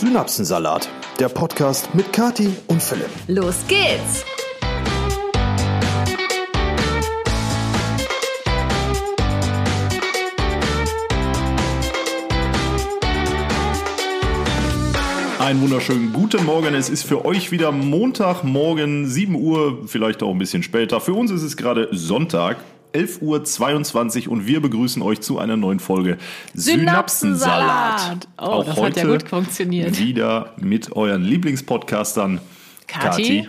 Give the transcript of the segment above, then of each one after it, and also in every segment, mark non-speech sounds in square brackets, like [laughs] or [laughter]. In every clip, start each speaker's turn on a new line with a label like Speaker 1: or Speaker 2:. Speaker 1: Synapsensalat, der Podcast mit Kati und Philipp.
Speaker 2: Los geht's!
Speaker 3: Einen wunderschönen guten Morgen. Es ist für euch wieder Montagmorgen, 7 Uhr, vielleicht auch ein bisschen später. Für uns ist es gerade Sonntag. 11.22 Uhr und wir begrüßen euch zu einer neuen Folge
Speaker 2: Synapsensalat.
Speaker 3: Synapsensalat.
Speaker 2: Oh, das hat ja gut funktioniert.
Speaker 3: Wieder mit euren Lieblingspodcastern
Speaker 2: Kati.
Speaker 3: Kati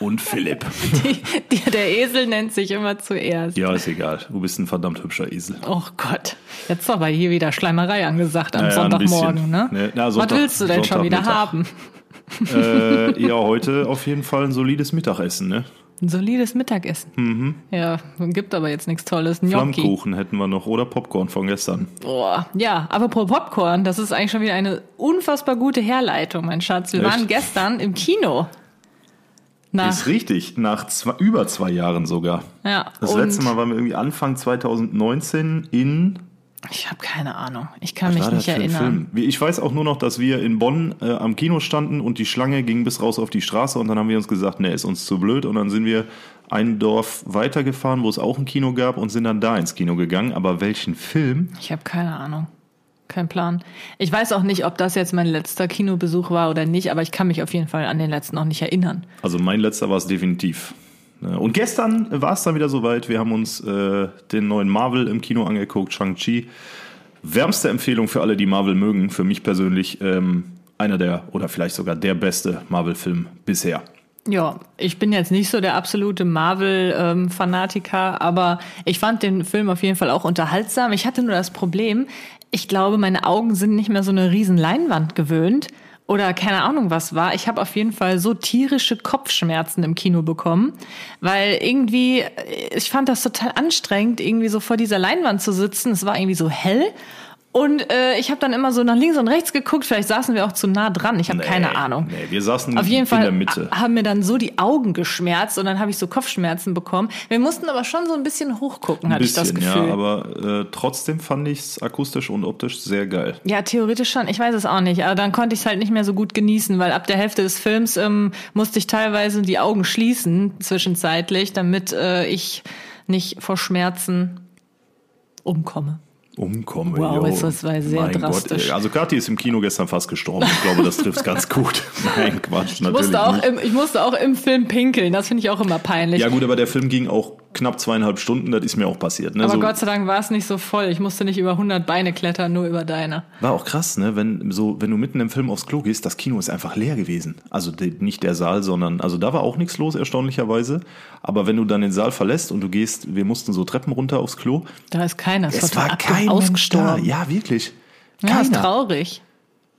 Speaker 3: und Philipp.
Speaker 2: [laughs] Die, der Esel nennt sich immer zuerst.
Speaker 3: Ja, ist egal. Du bist ein verdammt hübscher Esel.
Speaker 2: Oh Gott, jetzt ist aber hier wieder Schleimerei angesagt am
Speaker 3: Ja, ja, ein
Speaker 2: Sonntagmorgen.
Speaker 3: bisschen.
Speaker 2: Ne?
Speaker 3: Ne, na, Sonntag-
Speaker 2: Was willst du denn schon wieder
Speaker 3: Sonntagmittag.
Speaker 2: haben?
Speaker 3: äh, ja, heute auf jeden Fall ein solides Mittagessen, ne?
Speaker 2: Ein solides Mittagessen. Ja, gibt aber jetzt nichts Tolles. Gnocchi.
Speaker 3: Mhm. Flammkuchen hätten wir noch oder Popcorn von gestern.
Speaker 2: Boah. Ja, aber pro Popcorn, das ist eigentlich schon wieder eine unfassbar gute Herleitung, mein Schatz. Wir
Speaker 3: Echt?
Speaker 2: waren gestern im Kino. Nach,
Speaker 3: Ist richtig, nach zwei, über zwei Jahren sogar.
Speaker 2: ja,
Speaker 3: Das
Speaker 2: und
Speaker 3: letzte Mal waren wir irgendwie Anfang 2019 in.
Speaker 2: Ich habe keine Ahnung. Ich kann
Speaker 3: Was
Speaker 2: mich
Speaker 3: war das
Speaker 2: nicht
Speaker 3: für ein
Speaker 2: erinnern.
Speaker 3: Film? Wie- Ich weiß auch nur noch, dass wir in Bonn äh, am Kino standen und die Schlange ging bis raus auf die Straße und dann haben wir uns gesagt, nee, ist uns zu blöd und dann sind wir ein Dorf weitergefahren, wo es auch ein Kino gab und sind dann da ins Kino gegangen. Aber welchen Film?
Speaker 2: Ich habe keine Ahnung. Kein Plan. Ich weiß auch nicht, ob das jetzt mein letzter Kinobesuch war oder nicht, aber ich kann mich auf jeden Fall an den letzten auch nicht erinnern.
Speaker 3: Also mein letzter war es definitiv. Ne? Und gestern war es dann wieder soweit. Wir haben uns äh, den neuen Marvel im Kino angeguckt, Shang-Chi. Wärmste Empfehlung für alle, die Marvel mögen. Für mich persönlich ähm, einer der oder vielleicht sogar der beste Marvel-Film bisher.
Speaker 2: Ja, ich bin jetzt nicht so der absolute Marvel-Fanatiker, aber ich fand den Film auf jeden Fall auch unterhaltsam. Ich hatte nur das Problem, ich glaube, meine Augen sind nicht mehr so eine riesen Leinwand gewöhnt oder keine Ahnung was war. Ich habe auf jeden Fall so tierische Kopfschmerzen im Kino bekommen, weil irgendwie, äh, ich fand das total anstrengend, irgendwie so vor dieser Leinwand zu sitzen. Es war irgendwie so hell. Und äh, ich habe dann immer so nach links und rechts geguckt. Vielleicht saßen wir auch zu nah dran. Ich habe keine Ahnung.
Speaker 3: Nee, wir saßen
Speaker 2: Auf jeden
Speaker 3: in
Speaker 2: Fall
Speaker 3: der Mitte.
Speaker 2: haben mir dann so die Augen geschmerzt und dann habe ich so Kopfschmerzen bekommen. Wir mussten aber schon so ein bisschen hochgucken, hatte ich das Gefühl.
Speaker 3: ja,
Speaker 2: Ja,
Speaker 3: aber äh, trotzdem fand ich es akustisch und optisch sehr geil.
Speaker 2: theoretisch schon. Ich weiß es auch nicht. Aber dann konnte ich es halt nicht mehr so gut genießen, weil ab der Hälfte des Films ähm, musste ich teilweise die Augen schließen zwischenzeitlich, damit äh, ich nicht vor Schmerzen umkomme.
Speaker 3: Umkommen.
Speaker 2: Wow,
Speaker 3: yo.
Speaker 2: jetzt- das war sehr
Speaker 3: mein
Speaker 2: drastisch.
Speaker 3: Gott, ey. also Kathi ist im Kino gestern fast gestorben. Ich glaube, das trifft ganz gut. [laughs] Nein, Quatsch,
Speaker 2: Ich
Speaker 3: natürlich
Speaker 2: musste, auch
Speaker 3: nicht.
Speaker 2: im, ich musste auch im Film pinkeln. Das finde ich auch immer peinlich.
Speaker 3: Ja gut, aber der Film ging auch knapp zweieinhalb Stunden, das ist mir auch passiert. Ne?
Speaker 2: aber
Speaker 3: so,
Speaker 2: Gott sei Dank war es nicht so voll. Ich musste nicht über 100 Beine klettern, nur über deine.
Speaker 3: war auch krass, ne? wenn, so, wenn du mitten im Film aufs Klo gehst, das Kino ist einfach leer gewesen. Also de, nicht der Saal, sondern, also da war auch nichts los, erstaunlicherweise. Aber wenn du dann den Saal verlässt und du gehst, wir mussten so Treppen runter aufs Klo,
Speaker 2: Da ist keiner. Es,
Speaker 3: es
Speaker 2: war,
Speaker 3: war
Speaker 2: abge-
Speaker 3: kein Mensch da.
Speaker 2: ausgestorben.
Speaker 3: Ja, wirklich.
Speaker 2: Ja, ist
Speaker 3: Keiner.
Speaker 2: traurig.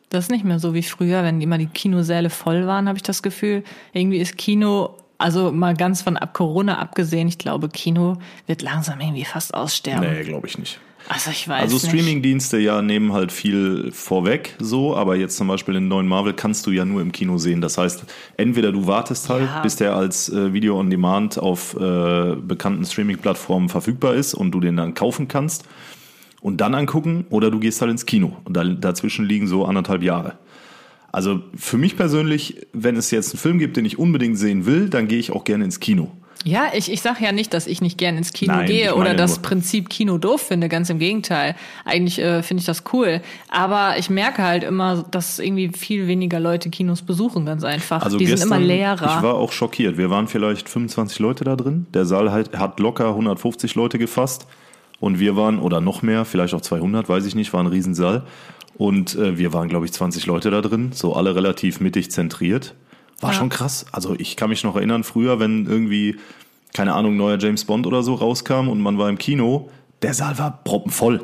Speaker 2: Das ist nicht mehr so wie früher, wenn immer die Kinosäle voll waren, habe ich das Gefühl. Irgendwie ist Kino, also mal ganz von ab Corona abgesehen, ich glaube, Kino wird langsam irgendwie fast aussterben.
Speaker 3: nee, glaube ich nicht.
Speaker 2: Also ich weiß
Speaker 3: Also
Speaker 2: nicht.
Speaker 3: Streamingdienste ja nehmen halt viel vorweg so, aber jetzt zum Beispiel den neuen Marvel kannst du ja nur im Kino sehen. Das heißt, entweder du wartest halt,
Speaker 2: Ja.
Speaker 3: bis der als äh, Video on Demand auf äh, bekannten Streaming-Plattformen verfügbar ist und du den dann kaufen kannst und dann angucken, oder du gehst halt ins Kino. Und da, dazwischen liegen so anderthalb Jahre. Also für mich persönlich, wenn es jetzt einen Film gibt, den ich unbedingt sehen will, dann gehe ich auch gerne ins Kino.
Speaker 2: Ja, ich, ich sage ja nicht, dass ich nicht gern ins Kino
Speaker 3: Nein, ich
Speaker 2: gehe
Speaker 3: meine
Speaker 2: oder das
Speaker 3: nur-
Speaker 2: Prinzip Kino doof finde. Ganz im Gegenteil. Eigentlich äh, finde ich das cool. Aber ich merke halt immer, dass irgendwie viel weniger Leute Kinos besuchen, ganz einfach. die sind immer leerer.
Speaker 3: Also Ich war auch schockiert. Wir waren vielleicht 25 Leute da drin. Der Saal halt, hat locker 150 Leute gefasst. Und wir waren, oder noch mehr, vielleicht auch 200, weiß ich nicht, war ein Riesensaal. Und äh, wir waren, glaube ich, 20 Leute da drin, so alle relativ mittig zentriert. War
Speaker 2: Ja.
Speaker 3: schon krass. Also ich kann mich noch erinnern, früher, wenn irgendwie, keine Ahnung, neuer James Bond oder so rauskam und man war im Kino, der Saal war proppenvoll.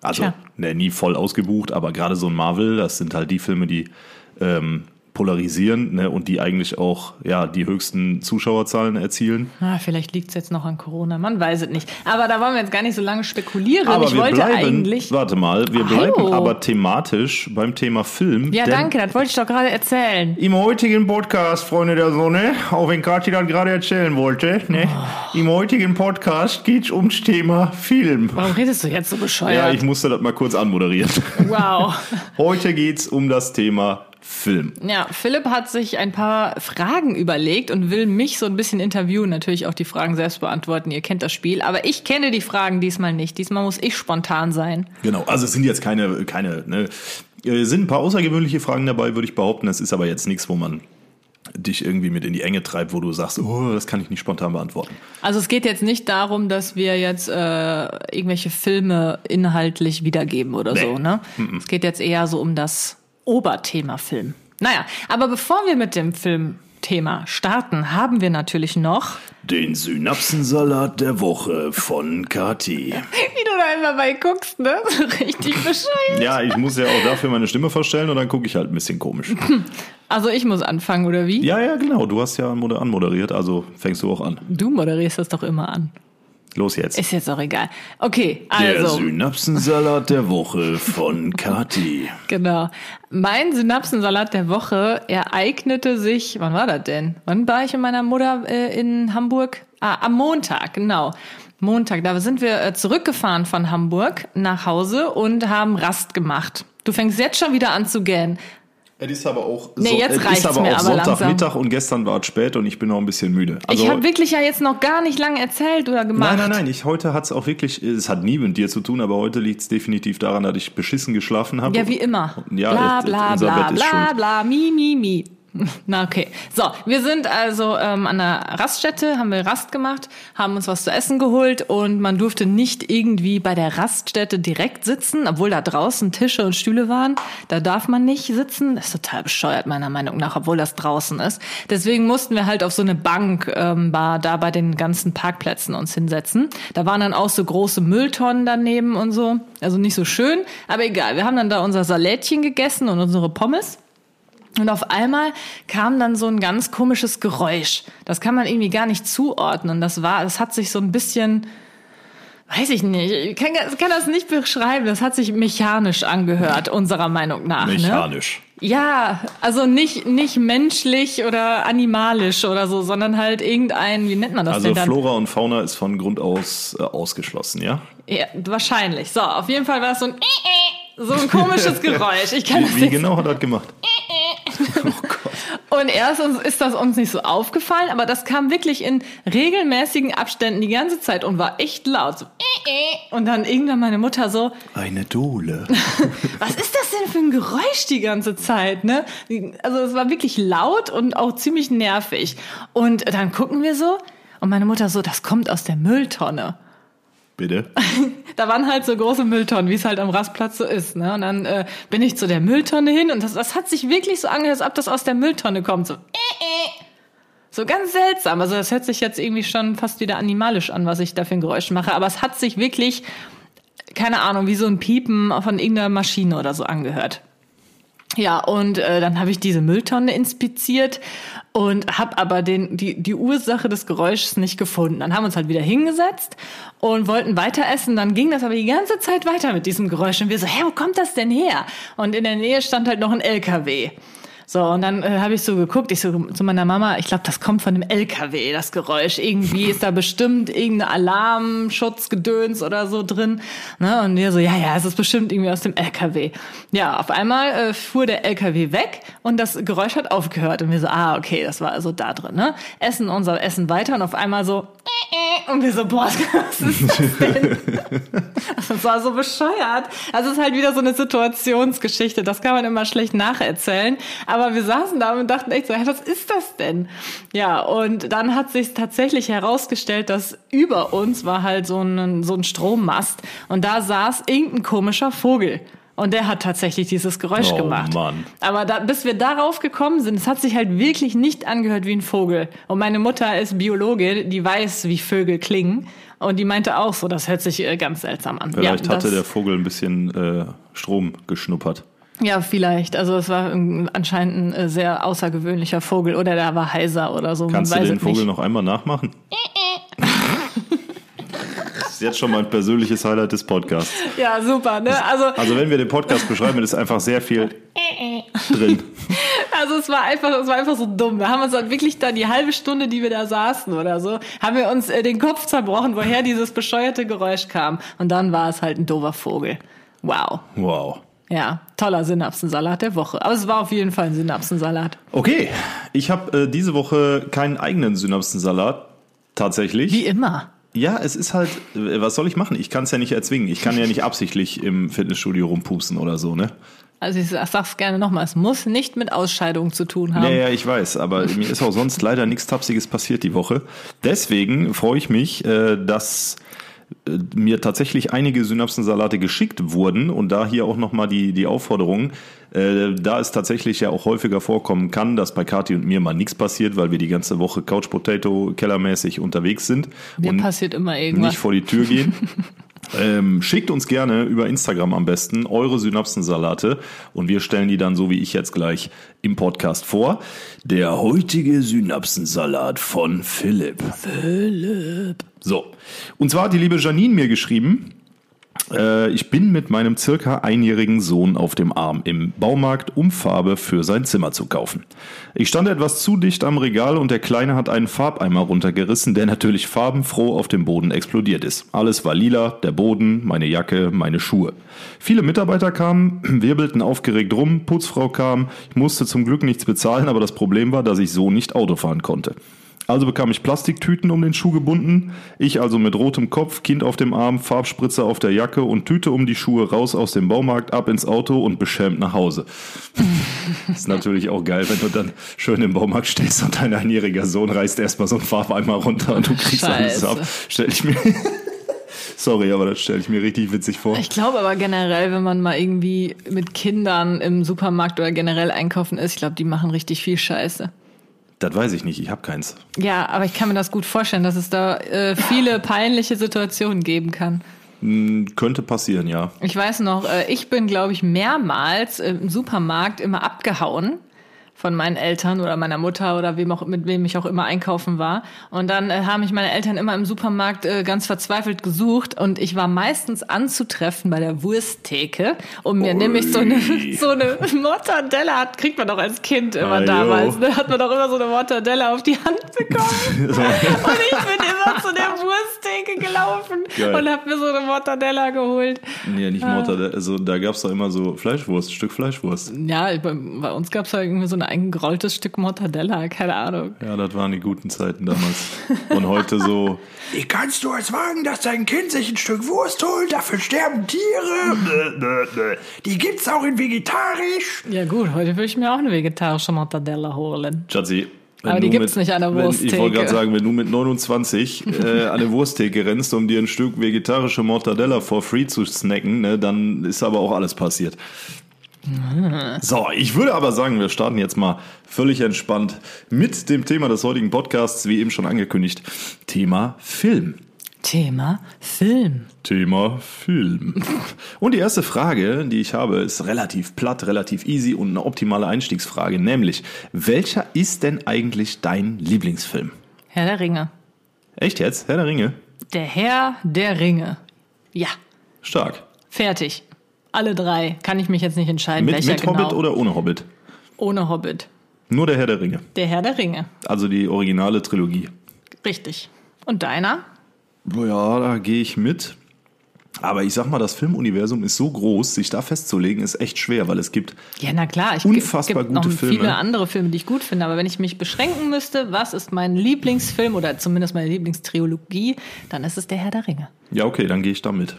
Speaker 3: Also
Speaker 2: Tja.
Speaker 3: ne, nie voll ausgebucht, aber gerade so ein Marvel, das sind halt die Filme, die ähm, polarisieren ne, und die eigentlich auch ja, die höchsten Zuschauerzahlen erzielen.
Speaker 2: Ah, vielleicht liegt es jetzt noch an Corona, man weiß es nicht. Aber da wollen wir jetzt gar nicht so lange spekulieren.
Speaker 3: Aber
Speaker 2: ich
Speaker 3: wir
Speaker 2: wollte
Speaker 3: bleiben,
Speaker 2: eigentlich.
Speaker 3: warte mal, wir
Speaker 2: Ah,
Speaker 3: bleiben
Speaker 2: hallo.
Speaker 3: aber thematisch beim Thema Film.
Speaker 2: Ja,
Speaker 3: denn
Speaker 2: danke, das wollte ich doch gerade erzählen.
Speaker 3: Im heutigen Podcast, Freunde der Sonne, auch wenn Kathi das gerade erzählen wollte, ne,
Speaker 2: Oh.
Speaker 3: im heutigen Podcast geht's ums Thema Film.
Speaker 2: Warum redest du jetzt so
Speaker 3: Ja, ich
Speaker 2: bescheuert?
Speaker 3: musste das mal kurz
Speaker 2: [laughs]
Speaker 3: anmoderieren.
Speaker 2: wow.
Speaker 3: Heute geht's um das Thema Film.
Speaker 2: Ja, Philipp hat sich ein paar Fragen überlegt und will mich so ein bisschen interviewen, natürlich auch die Fragen selbst beantworten. Ihr kennt das Spiel, aber ich kenne die Fragen diesmal nicht. Diesmal muss ich spontan sein.
Speaker 3: Genau, also es sind jetzt keine, keine, ne, äh, sind ein paar außergewöhnliche Fragen dabei, würde ich behaupten. Es ist aber jetzt nichts, wo man dich irgendwie mit in die Enge treibt, wo du sagst, oh, das kann ich nicht spontan beantworten.
Speaker 2: Also es geht jetzt nicht darum, dass wir jetzt äh, irgendwelche Filme inhaltlich wiedergeben oder
Speaker 3: Nee.
Speaker 2: so, ne? Es geht jetzt eher so um das Oberthema Film. Naja, aber bevor wir mit dem Filmthema starten, haben wir natürlich noch,
Speaker 3: Den Synapsensalat der Woche von Kathi.
Speaker 2: [laughs] wie du da immer bei guckst, [laughs] ne? So richtig bescheuert.
Speaker 3: Ja, ich muss ja auch dafür meine Stimme verstellen und dann gucke ich halt ein bisschen komisch.
Speaker 2: Also ich muss anfangen, oder wie?
Speaker 3: Ja, ja, genau. Du hast ja moder- anmoderiert, also fängst du auch an.
Speaker 2: Du moderierst das doch immer an.
Speaker 3: Los jetzt.
Speaker 2: Ist jetzt auch egal. Okay,
Speaker 3: Der
Speaker 2: also,
Speaker 3: Synapsensalat der Woche von Kathi.
Speaker 2: genau. Mein Synapsensalat der Woche ereignete sich, wann war das denn? Wann war ich mit meiner Mutter äh, in Hamburg? Ah, am Montag, genau. Montag, da sind wir äh, zurückgefahren von Hamburg nach Hause und haben Rast gemacht. Du fängst jetzt schon wieder an zu gähnen.
Speaker 3: Es ist aber auch,
Speaker 2: Nee,
Speaker 3: so,
Speaker 2: jetzt
Speaker 3: es
Speaker 2: reicht's
Speaker 3: ist aber
Speaker 2: mir
Speaker 3: auch
Speaker 2: aber langsam.
Speaker 3: Sonntagmittag und gestern war es spät und ich bin noch ein bisschen müde. Also,
Speaker 2: ich habe wirklich ja jetzt noch gar nicht lange erzählt oder gemacht.
Speaker 3: Nein, nein, nein. Ich, heute hat es auch wirklich, es hat nie mit dir zu tun, aber heute liegt es definitiv daran, dass ich beschissen geschlafen habe.
Speaker 2: Ja, wie immer.
Speaker 3: Ja,
Speaker 2: bla,
Speaker 3: es- es-
Speaker 2: bla,
Speaker 3: unser
Speaker 2: bla,
Speaker 3: Bett ist
Speaker 2: bla,
Speaker 3: schuld.
Speaker 2: bla, mi, mi, mi. [laughs] Na, okay. So, wir sind also ähm, an einer Raststätte, haben wir Rast gemacht, haben uns was zu essen geholt und man durfte nicht irgendwie bei der Raststätte direkt sitzen, obwohl da draußen Tische und Stühle waren. Da darf man nicht sitzen. Das ist total bescheuert, meiner Meinung nach, obwohl das draußen ist. Deswegen mussten wir halt auf so eine Bank ähm, bar, da bei den ganzen Parkplätzen uns hinsetzen. Da waren dann auch so große Mülltonnen daneben und so. Also nicht so schön, aber egal. Wir haben dann da unser Salätchen gegessen und unsere Pommes. Und auf einmal kam dann so ein ganz komisches Geräusch. Das kann man irgendwie gar nicht zuordnen. Das war, das hat sich so ein bisschen, weiß ich nicht, ich kann, kann das nicht beschreiben. Das hat sich mechanisch angehört, unserer Meinung nach. Ne?
Speaker 3: Mechanisch.
Speaker 2: Ja, also nicht, nicht menschlich oder animalisch oder so, sondern halt irgendein, wie nennt man das
Speaker 3: Also
Speaker 2: denn dann?
Speaker 3: Flora und Fauna ist von Grund aus äh, ausgeschlossen,
Speaker 2: [laughs]
Speaker 3: ja?
Speaker 2: ja, wahrscheinlich. So, auf jeden Fall war es so ein, [laughs] so ein komisches Geräusch. Ich kann das
Speaker 3: Wie, wie
Speaker 2: jetzt
Speaker 3: genau hat er das gemacht?
Speaker 2: Und erst uns- ist das uns nicht so aufgefallen, aber das kam wirklich in regelmäßigen Abständen die ganze Zeit und war echt laut. So, äh, äh. Und dann irgendwann meine Mutter so,
Speaker 3: Eine Dole.
Speaker 2: was ist das denn für ein Geräusch die ganze Zeit, ne? Also es war wirklich laut und auch ziemlich nervig. Und dann gucken wir so und meine Mutter so, das kommt aus der Mülltonne.
Speaker 3: Bitte?
Speaker 2: Da waren halt so große Mülltonnen, wie es halt am Rastplatz so ist. Ne? Und dann äh, bin ich zu der Mülltonne hin und das, das hat sich wirklich so angehört, als ob das aus der Mülltonne kommt. So, äh, äh. so ganz seltsam. Also das hört sich jetzt irgendwie schon fast wieder animalisch an, was ich da für ein Geräusch mache. Aber es hat sich wirklich, keine Ahnung, wie so ein Piepen von irgendeiner Maschine oder so angehört. Ja, und äh, dann habe ich diese Mülltonne inspiziert und habe aber den, die, die Ursache des Geräusches nicht gefunden. Dann haben wir uns halt wieder hingesetzt und wollten weiter essen. Dann ging das aber die ganze Zeit weiter mit diesem Geräusch. Und wir so, hä, wo kommt das denn her? Und in der Nähe stand halt noch ein LKW. So, und dann äh, habe ich so geguckt, ich so zu meiner Mama, ich glaube, das kommt von einem LKW, das Geräusch. Irgendwie ist da bestimmt irgendein Alarmschutzgedöns oder so drin. Ne? Und wir so, ja, ja, es ist bestimmt irgendwie aus dem LKW. Ja, auf einmal äh, fuhr der LKW weg und das Geräusch hat aufgehört. Und wir so, ah, okay, das war also da drin. Ne? Essen unser Essen weiter und auf einmal so, äh, äh, und wir so, boah, [laughs] was ist das denn? Das war so bescheuert. Also es ist halt wieder so eine Situationsgeschichte. Das kann man immer schlecht nacherzählen. Aber wir saßen da und dachten echt so, hä, was ist das denn? Ja, und dann hat sich tatsächlich herausgestellt, dass über uns war halt so ein, so ein Strommast und da saß irgendein komischer Vogel. Und der hat tatsächlich dieses Geräusch
Speaker 3: Oh,
Speaker 2: gemacht.
Speaker 3: Mann.
Speaker 2: Aber da, bis wir darauf gekommen sind, es hat sich halt wirklich nicht angehört wie ein Vogel. Und meine Mutter ist Biologin, die weiß, wie Vögel klingen. Und die meinte auch so, das hört sich äh, ganz seltsam an.
Speaker 3: Vielleicht
Speaker 2: [laughs] ja,
Speaker 3: hatte
Speaker 2: das,
Speaker 3: der Vogel ein bisschen äh, Strom geschnuppert.
Speaker 2: Ja, vielleicht. Also es war ein- anscheinend ein äh, sehr außergewöhnlicher Vogel oder der war heiser oder so.
Speaker 3: Kannst du
Speaker 2: Man weiß
Speaker 3: den
Speaker 2: es
Speaker 3: Vogel
Speaker 2: nicht. Äh,
Speaker 3: noch einmal nachmachen? das ist jetzt schon mein persönliches Highlight des Podcasts.
Speaker 2: Ja, super. Ne?
Speaker 3: [laughs]
Speaker 2: Also,
Speaker 3: Also wenn wir den Podcast beschreiben, ist einfach sehr viel
Speaker 2: Äh,
Speaker 3: drin.
Speaker 2: also es war einfach, es war einfach so dumm. Wir haben uns halt wirklich da die halbe Stunde, die wir da saßen oder so, haben wir uns äh, den Kopf zerbrochen, woher dieses bescheuerte Geräusch kam. Und dann war es halt ein dover Vogel. Wow.
Speaker 3: Wow.
Speaker 2: Ja, toller Synapsensalat der Woche. Aber es war auf jeden Fall ein Synapsensalat.
Speaker 3: Okay, ich habe äh, diese Woche keinen eigenen Synapsensalat. Tatsächlich.
Speaker 2: Wie immer.
Speaker 3: Ja, es ist halt, äh, was soll ich machen? Ich kann es ja nicht erzwingen. Ich kann ja nicht absichtlich im Fitnessstudio rumpupsen oder so, ne?
Speaker 2: Also ich sag- sag's gerne nochmal, es muss nicht mit Ausscheidung zu tun haben.
Speaker 3: Ja, ja, ich weiß, aber mir ist auch sonst leider nichts Tapsiges passiert die Woche. Deswegen freue ich mich, äh, dass äh, mir tatsächlich einige Synapsensalate geschickt wurden und da hier auch nochmal die, die Aufforderung, äh, da es tatsächlich ja auch häufiger vorkommen kann, dass bei Kathi und mir mal nichts passiert, weil wir die ganze Woche Couch Potato kellermäßig unterwegs sind
Speaker 2: Mir
Speaker 3: und
Speaker 2: passiert immer irgendwas.
Speaker 3: nicht vor die Tür gehen. Ähm, schickt uns gerne über Instagram am besten eure Synapsensalate und wir stellen die dann so wie ich jetzt gleich im Podcast vor. Der heutige Synapsensalat von Philipp. Philipp. So, und zwar hat die liebe Janine mir geschrieben, äh, ich bin mit meinem circa einjährigen Sohn auf dem Arm im Baumarkt, um Farbe für sein Zimmer zu kaufen. Ich stand etwas zu dicht am Regal und der Kleine hat einen Farbeimer runtergerissen, der natürlich farbenfroh auf dem Boden explodiert ist. Alles war lila, der Boden, meine Jacke, meine Schuhe. Viele Mitarbeiter kamen, [clears throat] wirbelten aufgeregt rum, Putzfrau kam, ich musste zum Glück nichts bezahlen, aber das Problem war, dass ich so nicht Auto fahren konnte. Also bekam ich Plastiktüten um den Schuh gebunden. Ich also mit rotem Kopf, Kind auf dem Arm, Farbspritzer auf der Jacke und Tüte um die Schuhe raus aus dem Baumarkt, ab ins Auto und beschämt nach [laughs] Hause. ist natürlich auch geil, wenn du dann schön im Baumarkt stehst und dein einjähriger Sohn reißt erstmal so einen Farbeimer runter und du kriegst alles
Speaker 2: Scheiße.
Speaker 3: ab. Stell ich mir. [laughs] Sorry, aber das stelle ich mir richtig witzig vor.
Speaker 2: Ich glaube aber generell, wenn man mal irgendwie mit Kindern im Supermarkt oder generell einkaufen ist, ich glaube, die machen richtig viel Scheiße.
Speaker 3: Das weiß ich nicht, ich habe keins.
Speaker 2: Ja, aber ich kann mir das gut vorstellen, dass es da äh, viele peinliche Situationen geben kann.
Speaker 3: Könnte passieren, ja.
Speaker 2: Ich weiß noch, äh, ich bin, glaube ich, mehrmals im Supermarkt immer abgehauen von meinen Eltern oder meiner Mutter oder wem auch, mit wem ich auch immer einkaufen war. Und dann äh, haben mich meine Eltern immer im Supermarkt äh, ganz verzweifelt gesucht und ich war meistens anzutreffen bei der Wursttheke, um mir nämlich so eine, [laughs] so eine Mortadella, hat, kriegt man doch als Kind immer
Speaker 3: Ah, jo.
Speaker 2: damals, ne? hat man doch immer so eine Mortadella auf die Hand
Speaker 3: [laughs]
Speaker 2: bekommen. Und ich bin immer zu der Wursttheke gelaufen
Speaker 3: Geil.
Speaker 2: und habe mir so eine Mortadella geholt.
Speaker 3: [laughs] Nee, nicht Mortadella. Also da gab's doch immer so Fleischwurst, Stück Fleischwurst.
Speaker 2: Ja, bei, bei uns gab's halt irgendwie so ein eingerolltes Stück Mortadella, keine Ahnung.
Speaker 3: Ja, das waren die guten Zeiten damals. Und heute so,
Speaker 4: Wie kannst du es wagen, dass dein Kind sich ein Stück Wurst holt? Dafür sterben Tiere. Nö, nö, nö. Die gibt's auch in vegetarisch.
Speaker 2: Ja gut, heute würde ich mir auch eine vegetarische Mortadella holen.
Speaker 3: Schatzi. wenn
Speaker 2: Aber die
Speaker 3: du
Speaker 2: gibt's
Speaker 3: mit-
Speaker 2: nicht an der
Speaker 3: wenn- Ich wollte
Speaker 2: Wursttheke.
Speaker 3: gerade sagen, wenn du mit 29 äh, an eine Wursttheke rennst, um dir ein Stück vegetarische Mortadella for free zu snacken, ne, dann ist aber auch alles passiert. So, ich würde aber sagen, wir starten jetzt mal völlig entspannt mit dem Thema des heutigen Podcasts, wie eben schon angekündigt, Thema Film.
Speaker 2: Thema Film.
Speaker 3: Thema Film. Und die erste Frage, die ich habe, ist relativ platt, relativ easy und eine optimale Einstiegsfrage, nämlich, welcher ist denn eigentlich dein Lieblingsfilm?
Speaker 2: Herr der Ringe.
Speaker 3: Echt jetzt? Herr der Ringe?
Speaker 2: Der Herr der Ringe. Ja,
Speaker 3: Stark.
Speaker 2: fertig. Alle drei. Kann ich mich jetzt nicht entscheiden,
Speaker 3: Mit,
Speaker 2: welcher
Speaker 3: mit
Speaker 2: genau.
Speaker 3: Hobbit oder ohne Hobbit?
Speaker 2: Ohne Hobbit.
Speaker 3: Nur der Herr der Ringe.
Speaker 2: Der Herr der Ringe.
Speaker 3: Also die originale Trilogie.
Speaker 2: Richtig. Und deiner?
Speaker 3: Ja, da gehe ich mit. Aber ich sag mal, das Filmuniversum ist so groß, sich da festzulegen, ist echt schwer, weil es gibt
Speaker 2: Ja, na klar. Ich
Speaker 3: Unfassbar
Speaker 2: gibt noch
Speaker 3: gute Filme.
Speaker 2: viele andere Filme, die ich gut finde. Aber wenn ich mich beschränken müsste, was ist mein Lieblingsfilm oder zumindest meine Lieblingstrilogie, dann ist es der Herr der Ringe.
Speaker 3: Ja, okay, dann gehe ich damit.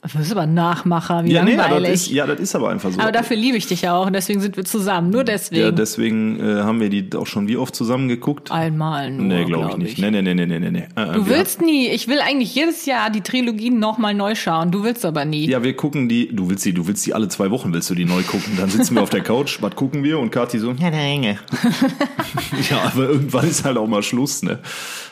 Speaker 2: Das ist aber ein Nachmacher, wie
Speaker 3: Ja, nee, ja, das
Speaker 2: langweilig.
Speaker 3: ist, ja, das ist aber einfach so.
Speaker 2: aber dafür liebe ich dich ja auch und deswegen sind wir zusammen. Nur deswegen.
Speaker 3: Ja, deswegen äh, haben wir die auch schon wie oft zusammen geguckt.
Speaker 2: Einmal nur.
Speaker 3: Nee, glaube
Speaker 2: Ah, glaub
Speaker 3: ich nicht. Nee, nee, nee, nee, nee, nee, nee. Äh, äh,
Speaker 2: Du
Speaker 3: wir-
Speaker 2: willst nie. Ich will eigentlich jedes Jahr die Trilogien nochmal neu schauen. Du willst aber nie.
Speaker 3: Ja, wir gucken die, du willst die, du willst die alle zwei Wochen, willst du die neu gucken. Dann sitzen wir auf der Couch, was gucken wir? Und Kathi so, ja, der
Speaker 2: [laughs]
Speaker 3: Ringe. ja, aber irgendwann ist halt auch mal Schluss, ne?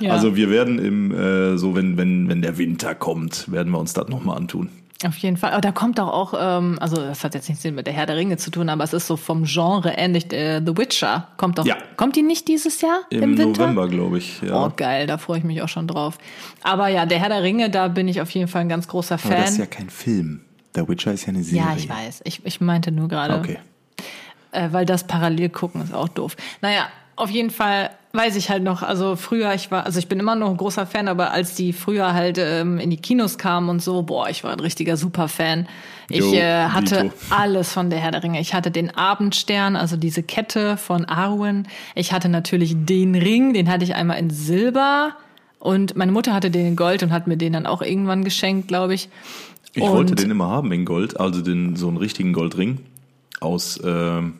Speaker 2: Ja.
Speaker 3: Also wir werden im, äh, so wenn, wenn, wenn der Winter kommt, werden wir uns das nochmal antun.
Speaker 2: Auf jeden Fall. Aber da kommt doch auch, ähm, also das hat jetzt nichts mit der Herr der Ringe zu tun, aber es ist so vom Genre ähnlich. Äh, The Witcher kommt doch.
Speaker 3: Ja.
Speaker 2: Kommt die nicht dieses Jahr
Speaker 3: Im,
Speaker 2: im, Winter?
Speaker 3: November, glaube ich. Ja.
Speaker 2: Oh geil, da freue ich mich auch schon drauf. Aber ja, der Herr der Ringe, da bin ich auf jeden Fall ein ganz großer Fan.
Speaker 3: Aber das ist ja kein Film. Der Witcher ist ja eine Serie.
Speaker 2: ja, ich weiß. ne? Ich, ich meinte nur gerade.
Speaker 3: Okay.
Speaker 2: äh, weil das parallel gucken ist auch doof. Naja, auf jeden Fall weiß ich halt noch, also früher, ich war, also ich bin immer noch ein großer Fan, aber als die früher halt ähm, in die Kinos kamen und so, boah, ich war ein richtiger Superfan. Ich
Speaker 3: Jo,
Speaker 2: äh, hatte
Speaker 3: dito.
Speaker 2: alles von der Herr der Ringe. Ich hatte den Abendstern, also diese Kette von Arwen. Ich hatte natürlich den Ring, den hatte ich einmal in Silber. Und meine Mutter hatte den in Gold und hat mir den dann auch irgendwann geschenkt, glaube ich.
Speaker 3: Ich
Speaker 2: Und-
Speaker 3: wollte den immer haben in Gold, also den, so einen richtigen Goldring aus, ähm,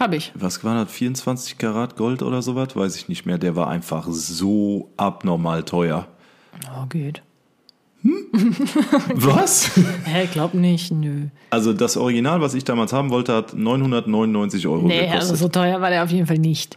Speaker 2: Hab ich.
Speaker 3: was war das, 24 Karat Gold oder sowas? Weiß ich nicht mehr. Der war einfach so abnormal
Speaker 2: [laughs]
Speaker 3: teuer.
Speaker 2: Oh, gut.
Speaker 3: Was?
Speaker 2: Hä, glaub nicht, nö.
Speaker 3: Also das Original, was ich damals haben wollte, hat 999 Euro
Speaker 2: Nee,
Speaker 3: gekostet.
Speaker 2: also so teuer war der auf jeden Fall nicht.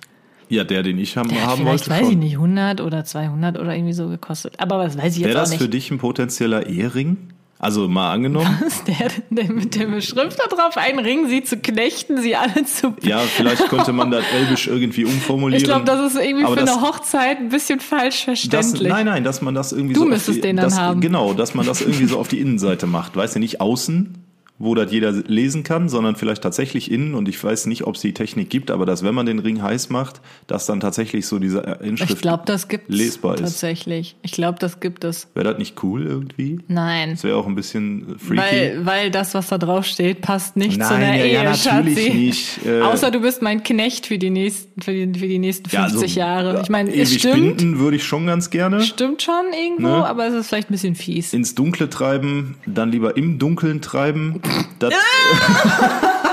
Speaker 3: ja, der, den ich haben,
Speaker 2: Der hat
Speaker 3: haben wollte,
Speaker 2: vielleicht, weiß
Speaker 3: schon.
Speaker 2: ich nicht, 100 oder 200 oder irgendwie so gekostet. Aber was weiß ich
Speaker 3: Wäre
Speaker 2: jetzt auch
Speaker 3: das
Speaker 2: nicht. [laughs]
Speaker 3: für dich ein potenzieller Ehering? Also mal angenommen.
Speaker 2: Was der, der mit der Beschrift da drauf, einen Ring, sie zu knechten, sie alle zu...
Speaker 3: Ja, vielleicht könnte man das elbisch irgendwie umformulieren.
Speaker 2: [laughs] ich glaube, das ist irgendwie
Speaker 3: Aber
Speaker 2: für
Speaker 3: das-
Speaker 2: eine Hochzeit ein bisschen falsch
Speaker 3: das,
Speaker 2: verständlich.
Speaker 3: nein, nein, dass man das irgendwie
Speaker 2: Du
Speaker 3: so. auf
Speaker 2: müsstest
Speaker 3: die,
Speaker 2: den dann
Speaker 3: das,
Speaker 2: haben.
Speaker 3: Genau, dass man das irgendwie so auf die Innenseite macht. Weißt du, nicht außen, wo das jeder lesen kann, sondern vielleicht tatsächlich innen. Und ich weiß nicht, ob es die Technik gibt, aber dass, wenn man den Ring heiß macht, dass dann tatsächlich so diese äh, Inschrift.
Speaker 2: ich glaube, das gibt es
Speaker 3: lesbar ist.
Speaker 2: tatsächlich. Ich glaube, das gibt es.
Speaker 3: Wäre das nicht cool irgendwie?
Speaker 2: Nein,
Speaker 3: Das wäre auch ein bisschen äh, freaky.
Speaker 2: Mhm. weil, weil das, was da drauf steht, passt nicht zu einer
Speaker 3: ja,
Speaker 2: Ehe,
Speaker 3: ja, natürlich
Speaker 2: Schatzi. [laughs]
Speaker 3: nicht. Äh,
Speaker 2: Außer du bist mein Knecht für die nächsten, für die, für die nächsten 50 Jahre. Ich meine,
Speaker 3: also,
Speaker 2: es
Speaker 3: ewig
Speaker 2: stimmt.
Speaker 3: binden äh, würde ich schon ganz gerne.
Speaker 2: Stimmt schon irgendwo,
Speaker 3: Ne?
Speaker 2: aber es ist vielleicht ein bisschen fies.
Speaker 3: Ins Dunkle treiben, dann lieber im Dunkeln
Speaker 2: [laughs]
Speaker 3: treiben. Das,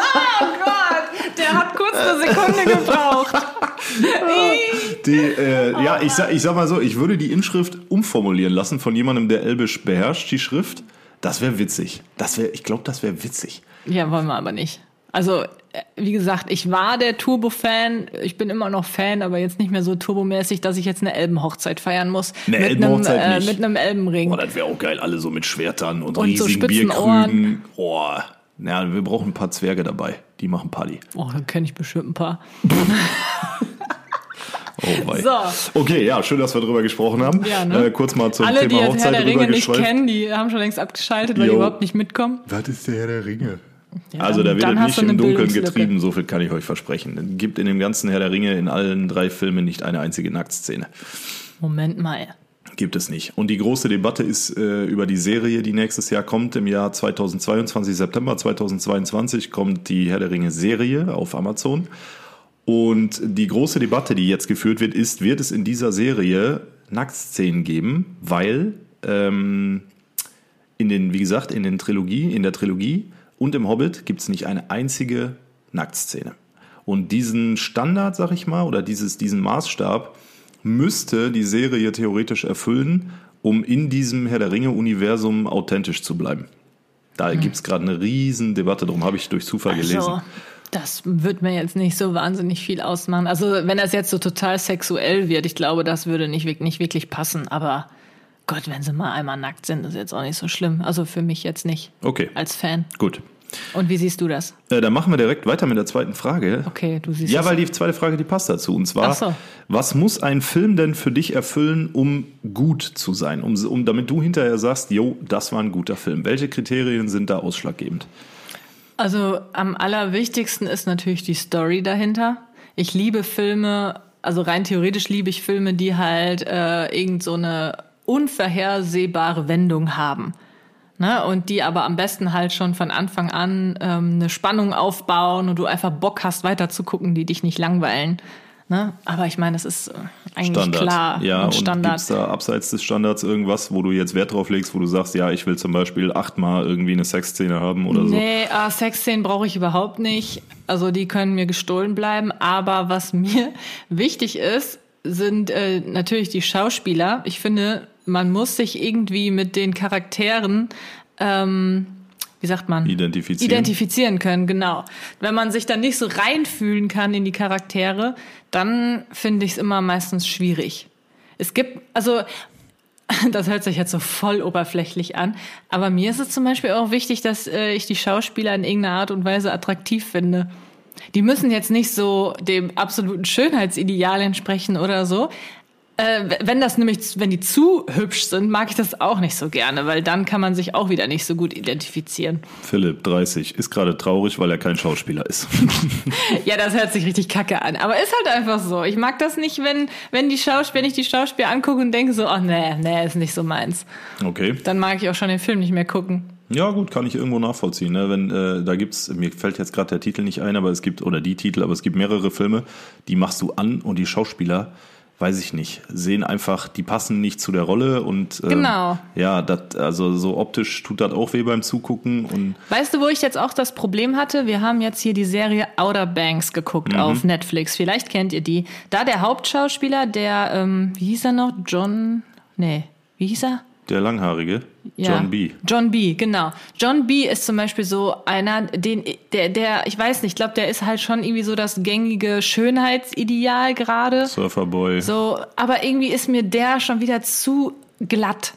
Speaker 2: Gott, der hat kurz eine
Speaker 3: [laughs]
Speaker 2: Sekunde gebraucht.
Speaker 3: die, äh,
Speaker 2: Oh
Speaker 3: ja, ich sag, ich sag mal so, ich würde die Inschrift umformulieren lassen von jemandem, der Elbisch beherrscht, die Schrift. Das wäre witzig. Das wäre, ich glaube, das wäre witzig.
Speaker 2: ja, wollen wir aber nicht. Also, äh, wie gesagt, ich war der Turbo-Fan. Ich bin immer noch Fan, aber jetzt nicht mehr so turbomäßig, dass ich jetzt eine Elbenhochzeit feiern muss.
Speaker 3: Eine
Speaker 2: mit
Speaker 3: Elbenhochzeit
Speaker 2: einem, äh,
Speaker 3: nicht.
Speaker 2: mit einem Elbenring.
Speaker 3: Boah, das wäre auch geil, alle so mit Schwertern und,
Speaker 2: Und so
Speaker 3: riesigen
Speaker 2: spitzen
Speaker 3: Bierkrügen. Boah. Ja, wir brauchen ein paar Zwerge dabei. Die machen Party.
Speaker 2: Oh, dann kenne ich bestimmt ein paar.
Speaker 3: Oh, wei.
Speaker 2: So.
Speaker 3: Okay, ja, schön, dass wir drüber gesprochen haben.
Speaker 2: Ja, ne?
Speaker 3: äh, kurz mal zum
Speaker 2: Alle, die
Speaker 3: Thema
Speaker 2: jetzt Herr
Speaker 3: Hochzeit
Speaker 2: der
Speaker 3: rüber
Speaker 2: Ringe nicht
Speaker 3: geschweift.
Speaker 2: kennen, die haben schon längst abgeschaltet, weil
Speaker 3: Jo.
Speaker 2: die überhaupt nicht mitkommen.
Speaker 3: Was ist der Herr der Ringe?
Speaker 2: Ja,
Speaker 3: also da
Speaker 2: dann-
Speaker 3: wird
Speaker 2: dann
Speaker 3: er
Speaker 2: hast
Speaker 3: nicht
Speaker 2: du eine
Speaker 3: im Dunkeln
Speaker 2: Bildungslücke.
Speaker 3: getrieben, so viel kann ich euch versprechen. Es gibt in dem ganzen Herr der Ringe in allen drei Filmen nicht eine einzige Nacktszene.
Speaker 2: Moment mal.
Speaker 3: Gibt es nicht. Und die große Debatte ist äh, über die Serie, die nächstes Jahr kommt. Im Jahr 2022, September 2022 kommt die Herr der Ringe Serie auf Amazon. Und die große Debatte, die jetzt geführt wird, ist, wird es in dieser Serie Nacktszenen geben, weil ähm, in den, wie gesagt, in den Trilogie, in der Trilogie und im Hobbit gibt es nicht eine einzige Nacktszene. Und diesen Standard, sag ich mal, oder dieses, diesen Maßstab müsste die Serie theoretisch erfüllen, um in diesem Herr der Ringe-Universum authentisch zu bleiben. Da gibt's gibt es gerade eine riesen Debatte drum, habe ich durch Zufall gelesen.
Speaker 2: Also, das wird mir jetzt nicht so wahnsinnig viel ausmachen. Also wenn das jetzt so total sexuell wird, ich glaube, das würde nicht, wirk- nicht wirklich passen. Aber Gott, wenn sie mal einmal nackt sind, ist jetzt auch nicht so schlimm. Also für mich jetzt nicht
Speaker 3: Okay,
Speaker 2: als Fan.
Speaker 3: gut.
Speaker 2: Und wie siehst du das?
Speaker 3: Äh, dann machen wir direkt weiter mit der zweiten Frage.
Speaker 2: Okay, du siehst
Speaker 3: Ja,
Speaker 2: es.
Speaker 3: weil die zweite Frage, die passt dazu. Und zwar,
Speaker 2: Ach so.
Speaker 3: was muss ein Film denn für dich erfüllen, um gut zu sein? Um, um, damit du hinterher sagst, jo, das war ein guter Film. Welche Kriterien sind da ausschlaggebend?
Speaker 2: Also am allerwichtigsten ist natürlich die Story dahinter. Ich liebe Filme, also rein theoretisch liebe ich Filme, die halt äh, irgend so eine unvorhersehbare Wendung haben. Ne? Und die aber am besten halt schon von Anfang an ähm, eine Spannung aufbauen und du einfach Bock hast, weiter zu gucken, die dich nicht langweilen. Ne? Aber ich meine, das ist äh, eigentlich klar
Speaker 3: ja,
Speaker 2: und
Speaker 3: und,
Speaker 2: Standard.
Speaker 3: gibt's da abseits des Standards irgendwas, wo du jetzt Wert drauf legst, wo du sagst, ja, ich will zum Beispiel achtmal irgendwie eine Sexszene haben oder so?
Speaker 2: Nee, ah, Sexszenen brauche ich überhaupt nicht. Also die können mir gestohlen bleiben. Aber was [laughs] mir wichtig ist, sind äh, natürlich die Schauspieler. Ich finde, man muss sich irgendwie mit den Charakteren, ähm, wie sagt man?
Speaker 3: Identifizieren.
Speaker 2: identifizieren können, genau. Wenn man sich dann nicht so reinfühlen kann in die Charaktere, dann finde ich es immer meistens schwierig. Es gibt, also [laughs] Das hört sich jetzt so voll oberflächlich an. Aber mir ist es zum Beispiel auch wichtig, dass äh, ich die Schauspieler in irgendeiner Art und Weise attraktiv finde. Die müssen jetzt nicht so dem absoluten Schönheitsideal entsprechen oder so. Äh, w- wenn das nämlich, wenn die zu hübsch sind, mag ich das auch nicht so gerne, weil dann kann man sich auch wieder nicht so gut identifizieren.
Speaker 3: Philipp, 30, ist gerade traurig, weil er kein Schauspieler ist. [laughs]
Speaker 2: Ja, das hört sich richtig kacke an. Aber ist halt einfach so. Ich mag das nicht, wenn, wenn, die Schauspieler, wenn ich die Schauspieler angucke und denke so, oh nee, nee, ist nicht so meins.
Speaker 3: Okay.
Speaker 2: Dann mag ich auch schon den Film nicht mehr gucken.
Speaker 3: Ja, gut, kann ich irgendwo nachvollziehen. Ne? Wenn äh, da gibt's, mir fällt jetzt gerade der Titel nicht ein, aber es gibt oder die Titel, aber es gibt mehrere Filme, die machst du an und die Schauspieler, weiß ich nicht, sehen einfach, die passen nicht zu der Rolle und äh,
Speaker 2: Genau.
Speaker 3: ja, dat, also so optisch tut das auch weh beim Zugucken und
Speaker 2: Weißt du, wo ich jetzt auch das Problem hatte? Wir haben jetzt hier die Serie Outer Banks geguckt auf Netflix. Vielleicht kennt ihr die. Da der Hauptschauspieler, der, ähm, wie hieß er noch? John, nee, wie hieß er?
Speaker 3: der Langhaarige,
Speaker 2: Ja.
Speaker 3: John B.
Speaker 2: John B, genau. John B ist zum Beispiel so einer, den, der, der, ich weiß nicht, ich glaube, der ist halt schon irgendwie so das gängige Schönheitsideal gerade.
Speaker 3: Surferboy.
Speaker 2: So, aber irgendwie ist mir der schon wieder zu glatt.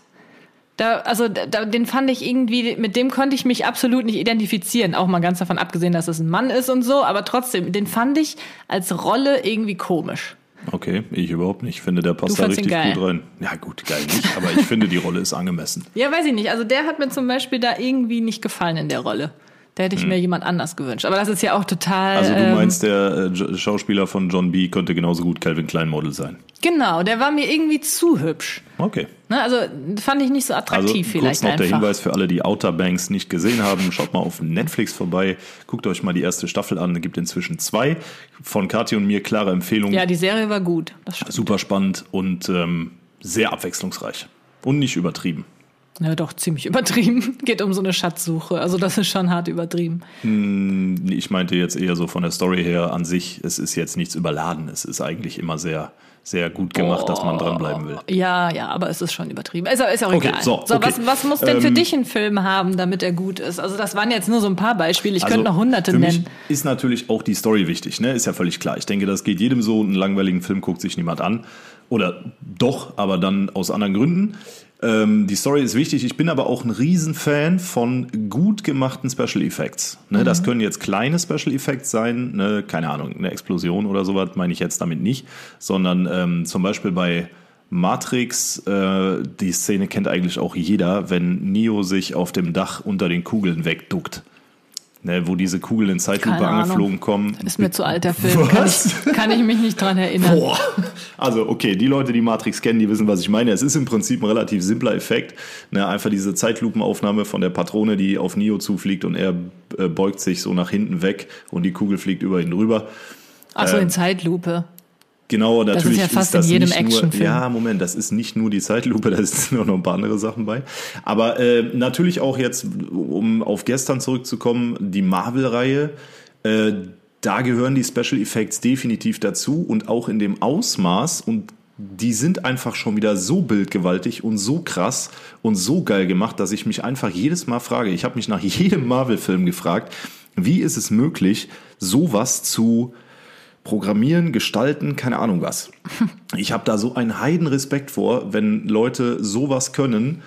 Speaker 2: Da, also da, den fand ich irgendwie, mit dem konnte ich mich absolut nicht identifizieren. Auch mal ganz davon abgesehen, dass es ein Mann ist und so, aber trotzdem, den fand ich als Rolle irgendwie komisch.
Speaker 3: Okay, ich überhaupt nicht. Ich finde, der passt
Speaker 2: Du
Speaker 3: da
Speaker 2: fandst ihn
Speaker 3: richtig
Speaker 2: geil.
Speaker 3: gut rein. Ja, gut, geil nicht, aber ich finde, die Rolle ist angemessen.
Speaker 2: Ja, weiß ich nicht. Also der hat mir zum Beispiel da irgendwie nicht gefallen in der Rolle. Da hätte ich mir jemand anders gewünscht. Aber das ist ja auch total.
Speaker 3: Hm. Also du
Speaker 2: ähm,
Speaker 3: meinst, der äh, Jo- Schauspieler von John B. könnte genauso gut Calvin Klein Model sein.
Speaker 2: Genau, der war mir irgendwie zu hübsch.
Speaker 3: Okay.
Speaker 2: Ne? Also fand ich nicht so
Speaker 3: Also
Speaker 2: attraktiv
Speaker 3: kurz
Speaker 2: vielleicht
Speaker 3: noch
Speaker 2: einfach.
Speaker 3: der Hinweis für alle, die Outer Banks nicht gesehen haben. Schaut mal auf Netflix vorbei. Guckt euch mal die erste Staffel an. Es gibt inzwischen zwei. Von Kathi und mir klare Empfehlung.
Speaker 2: Ja, die Serie war gut. Das stimmt.
Speaker 3: Super spannend und ähm, sehr abwechslungsreich. Und nicht übertrieben.
Speaker 2: Na doch, ziemlich übertrieben. [laughs] Geht um so eine Schatzsuche. Also das ist schon hart übertrieben.
Speaker 3: Ich meinte jetzt eher so von der Story her an sich, es ist jetzt nichts überladen. Es ist eigentlich immer sehr, sehr gut gemacht, dass man dranbleiben will.
Speaker 2: Ja, ja, aber es ist schon übertrieben. Ist, ist auch
Speaker 3: Okay,
Speaker 2: egal.
Speaker 3: so, okay.
Speaker 2: was, was muss denn für
Speaker 3: Ähm,
Speaker 2: dich ein Film haben, damit er gut ist? Also das waren jetzt nur so ein paar Beispiele. Ich könnte noch hunderte
Speaker 3: Also für
Speaker 2: nennen.
Speaker 3: Mich ist natürlich auch die Story wichtig, ne? Ist ja völlig klar. Ich denke, das geht jedem so. Einen langweiligen Film guckt sich niemand an. Oder doch, aber dann aus anderen Gründen. Ähm, die Story ist wichtig. Ich bin aber auch ein Riesenfan von gut gemachten Special Effects. Ne, Das
Speaker 2: Mhm.
Speaker 3: können jetzt kleine Special Effects sein, ne, keine Ahnung, eine Explosion oder sowas meine ich jetzt damit nicht, sondern ähm, zum Beispiel bei Matrix, äh, die Szene kennt eigentlich auch jeder, wenn Neo sich auf dem Dach unter den Kugeln wegduckt. Ne, wo diese Kugeln in Zeitlupe
Speaker 2: Keine Ahnung.
Speaker 3: angeflogen kommen.
Speaker 2: Ist mir zu alt, der Film. Kann
Speaker 3: Was?
Speaker 2: ich, kann ich mich nicht dran erinnern.
Speaker 3: Boah. Also, okay, die Leute, die Matrix kennen, die wissen, was ich meine. Es ist im Prinzip ein relativ simpler Effekt. Ne, einfach diese Zeitlupenaufnahme von der Patrone, die auf Neo zufliegt und er äh, beugt sich so nach hinten weg und die Kugel fliegt über ihn drüber.
Speaker 2: Ach
Speaker 3: Ähm,
Speaker 2: so, in Zeitlupe.
Speaker 3: Genau,
Speaker 2: ist
Speaker 3: natürlich
Speaker 2: ja
Speaker 3: ist
Speaker 2: fast
Speaker 3: das
Speaker 2: in jedem
Speaker 3: nicht nur,
Speaker 2: Actionfilm.
Speaker 3: Ja, Moment, das ist nicht nur die Zeitlupe, [laughs] da sind auch noch ein paar andere Sachen bei. Aber äh, natürlich auch jetzt, um auf gestern zurückzukommen, die Marvel-Reihe, äh, da gehören die Special Effects definitiv dazu und auch in dem Ausmaß und die sind einfach schon wieder so bildgewaltig und so krass und so geil gemacht, dass ich mich einfach jedes Mal frage, ich habe mich nach [laughs] jedem Marvel-Film gefragt, wie ist es möglich, sowas zu Programmieren, Gestalten, keine Ahnung
Speaker 2: [laughs]
Speaker 3: was. Ich habe da so einen Heidenrespekt vor, wenn Leute sowas können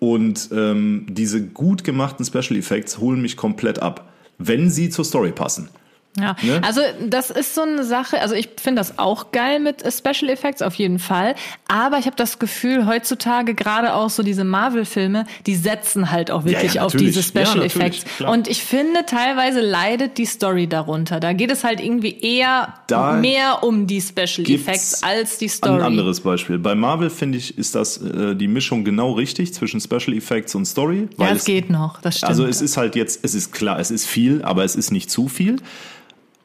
Speaker 3: und ähm, diese gut gemachten Special Effects holen mich komplett ab, wenn sie zur Story passen.
Speaker 2: Ja,
Speaker 3: Ne?
Speaker 2: also das ist so eine Sache, also ich finde das auch geil mit äh, Special Effects auf jeden Fall, aber ich habe das Gefühl, heutzutage gerade auch so diese Marvel-Filme, die setzen halt auch wirklich
Speaker 3: ja,
Speaker 2: auf diese
Speaker 3: natürlich. Ja,
Speaker 2: Special
Speaker 3: natürlich,
Speaker 2: Effects.
Speaker 3: klar.
Speaker 2: Und ich finde, teilweise leidet die Story darunter. Da geht es halt irgendwie eher
Speaker 3: Da
Speaker 2: mehr um die Special
Speaker 3: gibt's
Speaker 2: Effects als die
Speaker 3: Ein
Speaker 2: Story.
Speaker 3: anderes Beispiel. Bei Marvel finde ich, ist das äh, die Mischung genau richtig zwischen Special Effects und Story.
Speaker 2: ja,
Speaker 3: weil
Speaker 2: es geht noch, das stimmt.
Speaker 3: Also es ist halt jetzt, es ist klar, es ist viel, aber es ist nicht zu viel.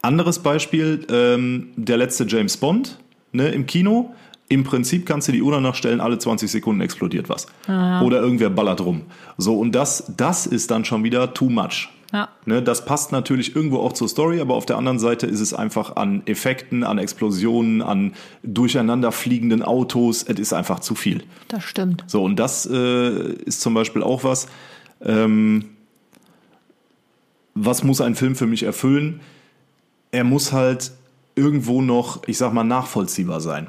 Speaker 3: Anderes Beispiel, ähm, der letzte James Bond ne, im Kino. Im Prinzip kannst du die Uhr danach stellen, alle 20 Sekunden explodiert was.
Speaker 2: Ah.
Speaker 3: Oder irgendwer ballert rum. So, und das, das ist dann schon wieder too much.
Speaker 2: Ja.
Speaker 3: Ne, das passt natürlich irgendwo auch zur Story, aber auf der anderen Seite ist es einfach an Effekten, an Explosionen, an durcheinanderfliegenden Autos. Es ist einfach zu viel.
Speaker 2: das stimmt.
Speaker 3: So, und das äh, ist zum Beispiel auch was, ähm, was muss ein Film für mich erfüllen? Er muss halt irgendwo noch, ich sag mal, nachvollziehbar sein.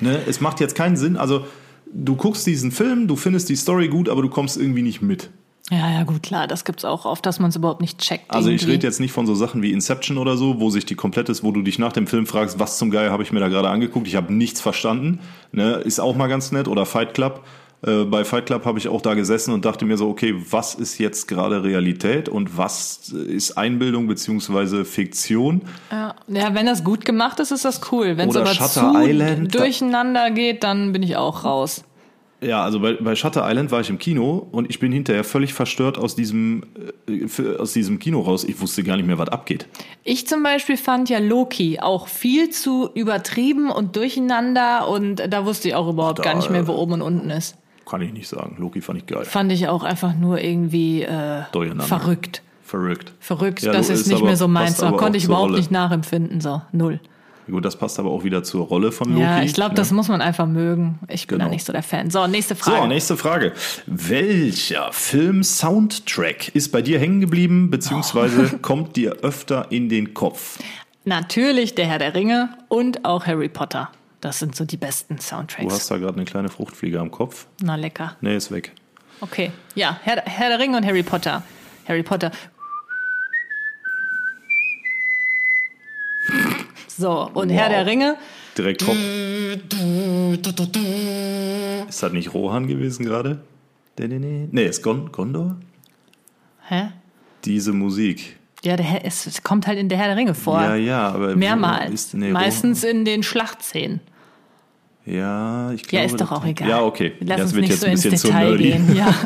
Speaker 3: Ne? Es macht jetzt keinen Sinn, also du guckst diesen Film, du findest die Story gut, aber du kommst irgendwie nicht mit.
Speaker 2: Ja, ja, gut, klar, das gibt's auch oft, dass man es überhaupt nicht checkt.
Speaker 3: Also ich
Speaker 2: irgendwie.
Speaker 3: rede jetzt nicht von so Sachen wie Inception oder so, wo sich die komplett ist, wo du dich nach dem Film fragst, was zum Geil habe ich mir da gerade angeguckt, ich habe nichts verstanden. Ne? Ist auch mal ganz nett. Oder Fight Club. Äh, bei Fight Club habe ich auch da gesessen und dachte mir so, okay, was ist jetzt gerade Realität und was ist Einbildung beziehungsweise Fiktion?
Speaker 2: Ja. ja, wenn das gut gemacht ist, ist das cool. Wenn es
Speaker 3: Oder
Speaker 2: aber
Speaker 3: Shutter
Speaker 2: zu
Speaker 3: Island, da-
Speaker 2: durcheinander geht, dann bin ich auch raus.
Speaker 3: Ja, also bei, bei Shutter Island war ich im Kino und ich bin hinterher völlig verstört aus diesem, äh, f- aus diesem Kino raus. Ich wusste gar nicht mehr, was abgeht.
Speaker 2: Ich zum Beispiel fand ja Loki auch viel zu übertrieben und durcheinander und da wusste ich auch überhaupt
Speaker 3: Da-
Speaker 2: gar nicht mehr, wo oben und unten ist.
Speaker 3: Kann ich nicht sagen. Loki fand ich geil.
Speaker 2: Fand ich auch einfach nur irgendwie äh,
Speaker 3: Durcheinander.
Speaker 2: verrückt.
Speaker 3: Verrückt.
Speaker 2: Verrückt,
Speaker 3: Ja,
Speaker 2: das
Speaker 3: du-
Speaker 2: ist
Speaker 3: ist
Speaker 2: nicht
Speaker 3: aber-
Speaker 2: mehr so meins.
Speaker 3: passt
Speaker 2: Da
Speaker 3: aber
Speaker 2: konnte
Speaker 3: auch
Speaker 2: ich
Speaker 3: zur
Speaker 2: überhaupt
Speaker 3: Rolle.
Speaker 2: nicht nachempfinden. So, null.
Speaker 3: Gut, das passt aber auch wieder zur Rolle von Loki.
Speaker 2: ja, ich glaube,
Speaker 3: ne?
Speaker 2: das muss man einfach mögen. Ich bin da
Speaker 3: Genau.
Speaker 2: nicht so der Fan. So, nächste Frage.
Speaker 3: So, nächste Frage. Welcher Film-Soundtrack ist bei dir hängen geblieben, beziehungsweise
Speaker 2: Oh.
Speaker 3: [laughs] kommt dir öfter in den Kopf?
Speaker 2: Natürlich der Herr der Ringe und auch Harry Potter. Das sind so die besten Soundtracks.
Speaker 3: Du hast da gerade eine kleine Fruchtfliege am Kopf.
Speaker 2: Na lecker.
Speaker 3: Nee, ist weg.
Speaker 2: Okay. Ja, Herr, Herr der Ringe und Harry Potter. Harry Potter. So, und Herr der Ringe.
Speaker 3: Direkt Kopf. Ist das nicht Rohan gewesen gerade? Nee, ist Gon Gondor?
Speaker 2: Hä?
Speaker 3: Diese Musik.
Speaker 2: Ja, der Herr, es, es kommt halt in der Herr der Ringe vor.
Speaker 3: Ja, ja, aber. wo
Speaker 2: Mehrmals.
Speaker 3: Ist, nee,
Speaker 2: Meistens in den Schlachtszenen.
Speaker 3: Rohan- Ja, ich
Speaker 2: Ja,
Speaker 3: glaube.
Speaker 2: ist doch
Speaker 3: das-
Speaker 2: auch egal.
Speaker 3: Ja, okay.
Speaker 2: Lass
Speaker 3: ja,
Speaker 2: uns nicht so ins Detail gehen. Ja.
Speaker 3: [laughs]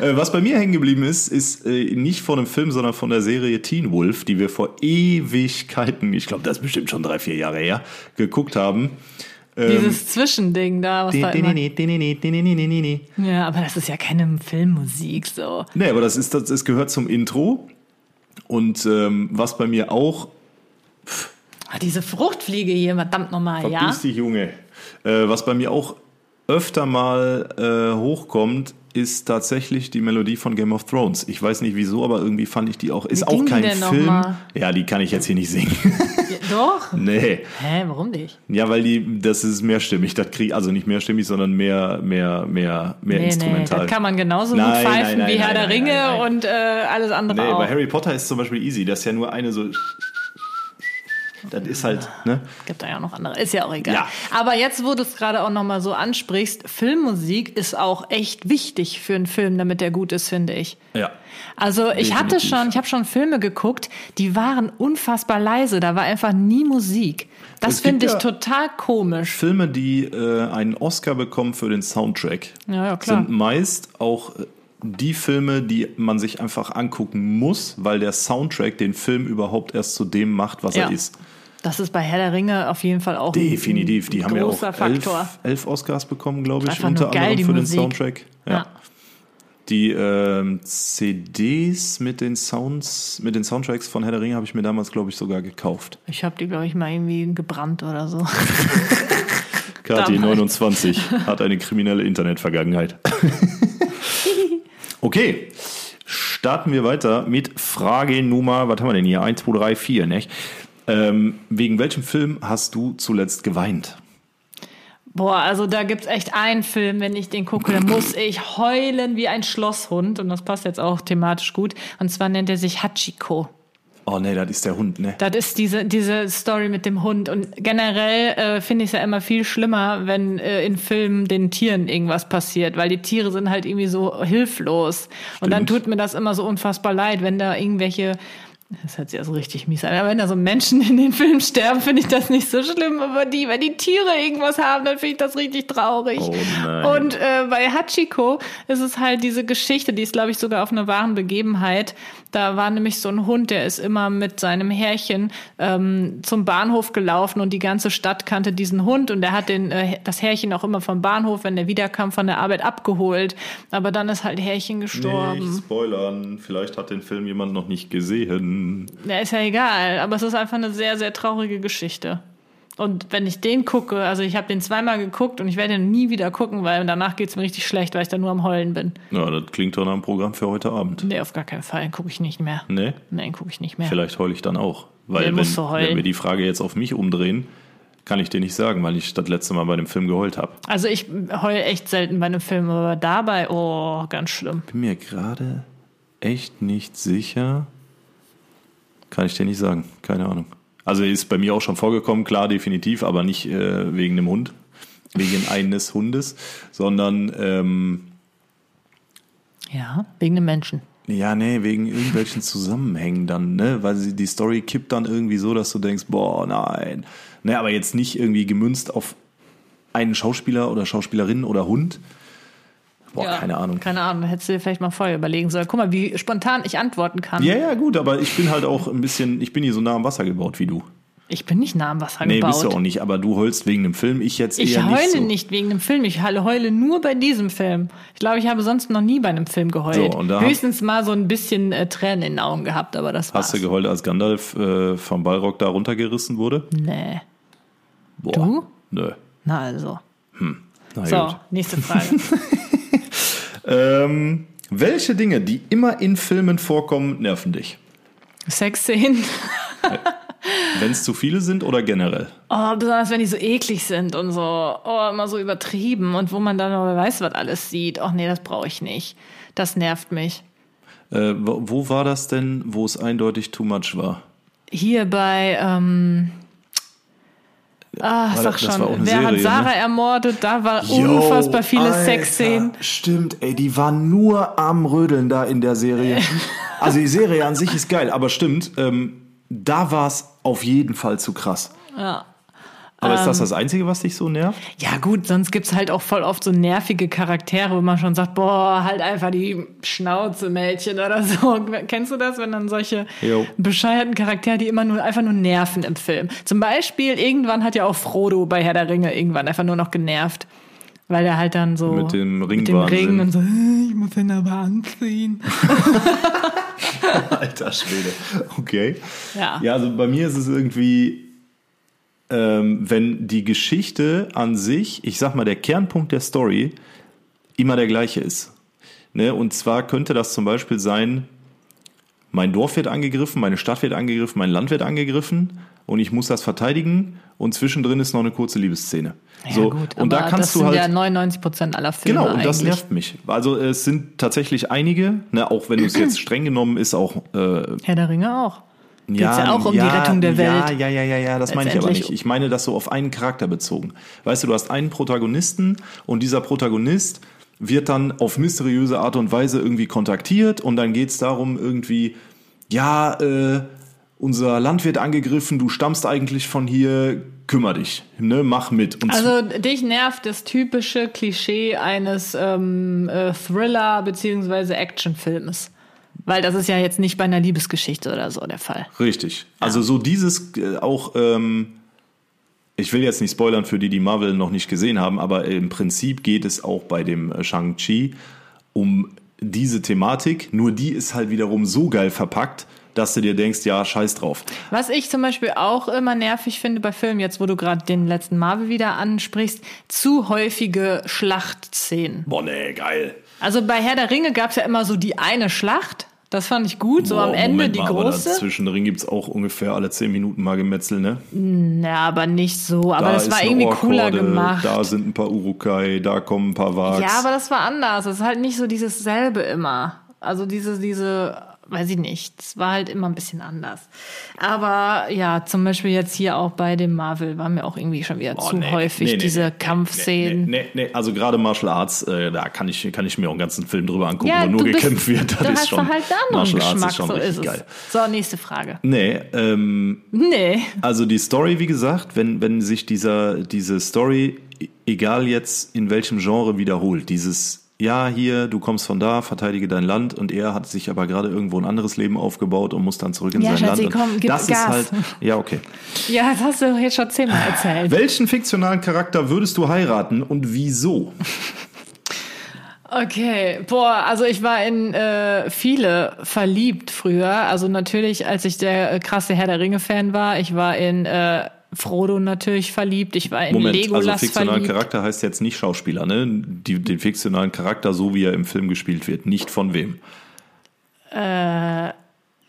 Speaker 3: Äh, Was bei mir hängen geblieben ist, ist äh, nicht von einem Film, sondern von der Serie Teen Wolf, die wir vor Ewigkeiten, ich glaube, das ist bestimmt schon drei, vier Jahre her, geguckt haben. Ähm,
Speaker 2: Dieses Zwischending da, was da immer.
Speaker 3: Nee,
Speaker 2: Ja, aber das ist ja keine Filmmusik so.
Speaker 3: aber das ist, das, das gehört zum Intro. Und ähm, was bei mir auch,
Speaker 2: Ah, diese Fruchtfliege hier, verdammt nochmal, Ah, ja.
Speaker 3: verpiss dich, Junge, äh, was bei mir auch öfter mal äh, hochkommt, ist tatsächlich die Melodie von Game of Thrones. Ich weiß nicht wieso, aber irgendwie fand ich die auch. Ist
Speaker 2: Wie ging
Speaker 3: auch
Speaker 2: die
Speaker 3: kein
Speaker 2: denn noch
Speaker 3: Film.
Speaker 2: mal?
Speaker 3: Ja, die kann ich jetzt hier nicht singen. [laughs]
Speaker 2: ja. Doch.
Speaker 3: nee.
Speaker 2: Hä, warum nicht?
Speaker 3: Ja, weil die, das ist mehrstimmig, das krieg, also nicht mehrstimmig, sondern mehr, mehr, mehr, mehr instrumental.
Speaker 2: das kann man genauso
Speaker 3: Nein,
Speaker 2: gut pfeifen
Speaker 3: nein, nein,
Speaker 2: wie
Speaker 3: nein,
Speaker 2: Herr der
Speaker 3: nein,
Speaker 2: Ringe
Speaker 3: nein, nein.
Speaker 2: und äh, alles andere
Speaker 3: Nee, bei
Speaker 2: auch.
Speaker 3: Harry Potter ist zum Beispiel easy, das ist ja nur eine so. Das ist halt, ne?
Speaker 2: Gibt da ja noch andere, ist ja auch egal.
Speaker 3: Ja.
Speaker 2: Aber jetzt, wo du es gerade auch nochmal so ansprichst, Filmmusik ist auch echt wichtig für einen Film, damit der gut ist, finde ich.
Speaker 3: Ja.
Speaker 2: Also ich hatte
Speaker 3: Definitiv.
Speaker 2: schon, ich habe schon Filme geguckt, die waren unfassbar leise, da war einfach nie Musik. Das
Speaker 3: Es gibt
Speaker 2: finde ich
Speaker 3: ja-
Speaker 2: total komisch.
Speaker 3: Filme, die äh, einen Oscar bekommen für den Soundtrack,
Speaker 2: Ja, ja, klar.
Speaker 3: sind meist auch äh, die Filme, die man sich einfach angucken muss, weil der Soundtrack den Film überhaupt erst zu dem macht, was
Speaker 2: Ja.
Speaker 3: er ist.
Speaker 2: Das ist bei Herr der Ringe auf jeden Fall auch ein-
Speaker 3: Definitiv, die
Speaker 2: ein
Speaker 3: haben ja auch
Speaker 2: großer
Speaker 3: elf,
Speaker 2: Faktor.
Speaker 3: elf Oscars bekommen, glaube ich,
Speaker 2: Einfach nur
Speaker 3: unter
Speaker 2: geil, die
Speaker 3: anderem für
Speaker 2: Musik.
Speaker 3: den Soundtrack. Ja.
Speaker 2: Ja.
Speaker 3: Die ähm, CDs mit den Sounds, mit den Soundtracks von Herr der Ringe habe ich mir damals, glaube ich, sogar gekauft.
Speaker 2: Ich habe die, glaube ich, mal irgendwie gebrannt oder so. [laughs]
Speaker 3: Kati
Speaker 2: Damals.
Speaker 3: 29 hat eine kriminelle
Speaker 2: [laughs]
Speaker 3: Internetvergangenheit. okay, starten wir weiter mit Frage Nummer, was haben wir denn hier? 1, 2, 3, 4, nicht? Ähm, wegen welchem Film hast du zuletzt geweint?
Speaker 2: Boah, also da gibt's echt einen Film, wenn ich den gucke, dann muss ich heulen wie ein Schlosshund. Und das passt jetzt auch thematisch gut. Und zwar nennt er sich Hachiko.
Speaker 3: Oh nee, das ist der Hund, ne?
Speaker 2: Das ist diese, diese Story mit dem Hund. Und generell äh, finde ich es ja immer viel schlimmer, wenn äh, in Filmen den Tieren irgendwas passiert, weil die Tiere sind halt irgendwie so hilflos. Und dann
Speaker 3: Stimmt.
Speaker 2: tut mir das immer so unfassbar leid, wenn da irgendwelche. Das hört sich ja so richtig mies an. Aber wenn da so Menschen in den Film sterben, finde ich das nicht so schlimm. Aber die, wenn die Tiere irgendwas haben, dann finde ich das richtig traurig.
Speaker 3: Oh nein.
Speaker 2: Und und äh, bei Hachiko ist es halt diese Geschichte, die ist, glaube ich, sogar auf einer wahren Begebenheit. Da war nämlich so ein Hund, der ist immer mit seinem Herrchen ähm, zum Bahnhof gelaufen und die ganze Stadt kannte diesen Hund und er hat den, äh, das Herrchen auch immer vom Bahnhof, wenn der wiederkam, von der Arbeit abgeholt. Aber dann ist halt Herrchen gestorben.
Speaker 3: spoilern, vielleicht hat den Film jemand noch nicht gesehen.
Speaker 2: Ja, ist ja egal, aber es ist einfach eine sehr, sehr traurige Geschichte. Und wenn ich den gucke, also ich habe den zweimal geguckt und ich werde ihn nie wieder gucken, weil danach geht's mir richtig schlecht, weil ich da nur am Heulen bin.
Speaker 3: Ja, das klingt doch nach einem Programm für heute Abend.
Speaker 2: Nee, auf gar keinen Fall. Gucke ich nicht mehr.
Speaker 3: Ne?
Speaker 2: Nein, gucke ich nicht mehr.
Speaker 3: Vielleicht heule ich dann auch.
Speaker 2: Nee,
Speaker 3: Weil wenn,
Speaker 2: musst du heulen.
Speaker 3: wenn wir die Frage jetzt auf mich umdrehen, Kann ich dir nicht sagen, weil ich das letzte Mal bei dem Film geheult habe.
Speaker 2: Also ich heul echt selten bei einem Film, aber dabei, oh, ganz schlimm.
Speaker 3: Bin mir gerade echt nicht sicher. Kann ich dir nicht sagen. Keine Ahnung. Also ist bei mir auch schon vorgekommen, klar, definitiv, aber nicht äh, wegen dem Hund, wegen eines Hundes, sondern ähm,
Speaker 2: Ja, wegen dem Menschen.
Speaker 3: ja, nee, wegen irgendwelchen Zusammenhängen dann, ne? Weil sie, die Story kippt dann irgendwie so, dass du denkst, boah, nein. Ne, aber jetzt nicht irgendwie gemünzt auf einen Schauspieler oder Schauspielerin oder Hund. Boah,
Speaker 2: Ja,
Speaker 3: keine Ahnung.
Speaker 2: Keine Ahnung, hättest du dir vielleicht mal vorher überlegen sollen. Guck mal, wie spontan ich antworten kann.
Speaker 3: Ja, ja, gut, aber ich bin halt auch ein bisschen, ich bin hier so nah am Wasser gebaut wie du.
Speaker 2: Ich bin nicht nah am Wasser
Speaker 3: Nee,
Speaker 2: gebaut.
Speaker 3: bist du auch nicht, aber du heulst wegen dem Film, ich jetzt
Speaker 2: Ich
Speaker 3: eher
Speaker 2: heule
Speaker 3: nicht. So.
Speaker 2: nicht wegen dem Film, ich heule- heule nur bei diesem Film. Ich glaube, ich habe sonst noch nie bei einem Film geheult.
Speaker 3: So, und da-
Speaker 2: Höchstens mal so ein bisschen äh, Tränen in den Augen gehabt, aber das war's.
Speaker 3: Hast du geheult, als Gandalf äh, vom Balrog da runtergerissen wurde?
Speaker 2: nee.
Speaker 3: Boah.
Speaker 2: Du?
Speaker 3: Nö.
Speaker 2: Na also.
Speaker 3: Na
Speaker 2: So,
Speaker 3: gut.
Speaker 2: nächste
Speaker 3: [laughs]
Speaker 2: Frage.
Speaker 3: Ähm, welche Dinge, die immer in Filmen vorkommen, nerven dich?
Speaker 2: Sexszenen.
Speaker 3: Wenn es zu viele sind oder generell?
Speaker 2: Oh, besonders wenn die so eklig sind und so, oh, immer so übertrieben und wo man dann noch wer weiß, was alles sieht. Och nee, das brauche ich nicht. Das nervt mich.
Speaker 3: Äh, wo, wo war das denn, wo es eindeutig too much war?
Speaker 2: Hier bei, ähm, ah,
Speaker 3: War
Speaker 2: sag
Speaker 3: das-
Speaker 2: schon,
Speaker 3: das war auch eine
Speaker 2: wer hat
Speaker 3: Serie,
Speaker 2: Sarah
Speaker 3: ne?
Speaker 2: ermordet? Da war
Speaker 1: Yo,
Speaker 2: unfassbar viele
Speaker 1: Alter,
Speaker 2: Sexszenen.
Speaker 1: Stimmt, ey, die waren nur am Rödeln da in der Serie. Also die Serie an sich ist geil, aber
Speaker 3: Aber stimmt, ähm,
Speaker 1: da war es auf jeden Fall zu krass.
Speaker 3: aber ist das
Speaker 2: Ähm,
Speaker 3: das Einzige, was dich so nervt?
Speaker 2: Ja gut, sonst gibt's halt auch voll oft so nervige Charaktere, wo man schon sagt, boah, halt einfach die Schnauze, Mädchen oder so. [laughs] Kennst du das, wenn dann solche
Speaker 3: Jo.
Speaker 2: bescheuerten Charaktere, die immer nur einfach nur nerven im Film. Zum Beispiel, irgendwann hat ja auch Frodo bei Herr der Ringe irgendwann einfach nur noch genervt. Weil er halt dann so
Speaker 3: Mit dem
Speaker 2: mit dem
Speaker 3: Ringwahnsinn.
Speaker 2: Ring und so, "Äh, ich muss den aber anziehen.
Speaker 3: [laughs] Alter Schwede. Okay.
Speaker 2: Ja.
Speaker 3: Ja, also bei mir ist es irgendwie, ähm, wenn die Geschichte an sich, ich sag mal, der Kernpunkt der Story immer der gleiche ist. Ne? Und zwar könnte das zum Beispiel sein, mein Dorf wird angegriffen, meine Stadt wird angegriffen, mein Land wird angegriffen und ich muss das verteidigen und zwischendrin ist noch eine kurze Liebesszene. so, und da
Speaker 2: aber das
Speaker 3: kannst du
Speaker 2: sind
Speaker 3: halt
Speaker 2: ja 99 Prozent aller Filme
Speaker 3: Genau, und das
Speaker 2: eigentlich.
Speaker 3: nervt mich. Also es sind tatsächlich einige, ne, auch wenn es
Speaker 2: [clears throat]
Speaker 3: jetzt streng genommen ist, auch äh,
Speaker 2: Herr der Ringe auch. Geht's ja auch um die Rettung der
Speaker 3: Ja,
Speaker 2: Welt.
Speaker 3: ja, ja, ja, ja, das meine ich aber
Speaker 2: Letztendlich-
Speaker 3: nicht. Ich meine das so auf einen Charakter bezogen. Weißt du, du hast einen Protagonisten und dieser Protagonist wird dann auf mysteriöse Art und Weise irgendwie kontaktiert und dann geht's darum irgendwie, ja, äh, unser Land wird angegriffen, du stammst eigentlich von hier, kümmer dich, ne, mach mit. Und
Speaker 2: Also dich nervt das typische Klischee eines ähm, äh, Thriller beziehungsweise Actionfilmes. Weil das ist ja jetzt nicht bei einer Liebesgeschichte oder so der Fall.
Speaker 3: Richtig. Also so dieses äh, auch, ähm, ich will jetzt nicht spoilern für die, die Marvel noch nicht gesehen haben, aber im Prinzip geht es auch bei dem äh, Shang-Chi um diese Thematik. Nur die ist halt wiederum so geil verpackt, dass du dir denkst, ja, scheiß drauf.
Speaker 2: Was ich zum Beispiel auch immer nervig finde bei Filmen, jetzt wo du gerade den letzten Marvel wieder ansprichst, zu häufige Schlachtszenen.
Speaker 3: Boah, nee, geil.
Speaker 2: Also bei Herr der Ringe gab's ja immer so die eine Schlacht. Das fand ich gut, so
Speaker 3: Boah,
Speaker 2: am Ende
Speaker 3: Moment
Speaker 2: die
Speaker 3: mal, Aber
Speaker 2: große.
Speaker 3: dazwischen drin gibt es auch ungefähr alle zehn Minuten mal Gemetzel, ne?
Speaker 2: Ja, aber nicht so. Aber
Speaker 3: Da
Speaker 2: das
Speaker 3: ist
Speaker 2: war
Speaker 3: eine
Speaker 2: irgendwie cooler
Speaker 3: Orkhorde,
Speaker 2: gemacht.
Speaker 3: Da sind ein paar Urukai, da kommen ein paar Wags.
Speaker 2: Ja, aber das war anders. Das ist halt nicht so dieses selbe immer. Also diese, diese, weiß ich nicht. Es war halt immer ein bisschen anders. Aber ja, zum Beispiel jetzt hier auch bei dem Marvel war mir auch irgendwie schon wieder
Speaker 3: Oh,
Speaker 2: zu
Speaker 3: nee.
Speaker 2: häufig
Speaker 3: Nee, nee,
Speaker 2: diese
Speaker 3: nee, nee,
Speaker 2: Kampfszenen.
Speaker 3: Nee, nee, nee, also gerade Martial Arts, äh, da kann ich, kann ich mir auch einen ganzen Film drüber angucken,
Speaker 2: Ja,
Speaker 3: wo nur
Speaker 2: du bist-
Speaker 3: gekämpft wird. Das
Speaker 2: da
Speaker 3: ist
Speaker 2: hast
Speaker 3: schon,
Speaker 2: du halt einen anderen
Speaker 3: Martial Arts
Speaker 2: Geschmack,
Speaker 3: ist schon
Speaker 2: so
Speaker 3: richtig
Speaker 2: ist es.
Speaker 3: geil.
Speaker 2: So, nächste Frage.
Speaker 3: Nee, ähm,
Speaker 2: Nee.
Speaker 3: also die Story, wie gesagt, wenn, wenn sich dieser, diese Story, e- egal jetzt in welchem Genre, wiederholt, dieses ja, hier, du kommst von da, verteidige dein Land und er hat sich aber gerade irgendwo ein anderes Leben aufgebaut und muss dann zurück in
Speaker 2: Ja,
Speaker 3: sein
Speaker 2: Schatzi,
Speaker 3: Land.
Speaker 2: komm,
Speaker 3: und
Speaker 2: gib
Speaker 3: das ist
Speaker 2: Gas.
Speaker 3: halt, ja, okay.
Speaker 2: Ja, das hast du doch jetzt schon zehnmal
Speaker 3: [laughs]
Speaker 2: erzählt.
Speaker 3: Welchen fiktionalen Charakter würdest du heiraten und wieso?
Speaker 2: Okay, boah, also ich war in äh, viele verliebt früher. Also natürlich, als ich der äh, krasse Herr der Ringe-Fan war, ich war in äh, Frodo natürlich verliebt, ich war in
Speaker 3: Moment, also
Speaker 2: Legolas
Speaker 3: fiktionalen
Speaker 2: verliebt.
Speaker 3: Charakter heißt jetzt nicht Schauspieler, ne? Die, den fiktionalen Charakter, so wie er im Film gespielt wird, nicht von wem.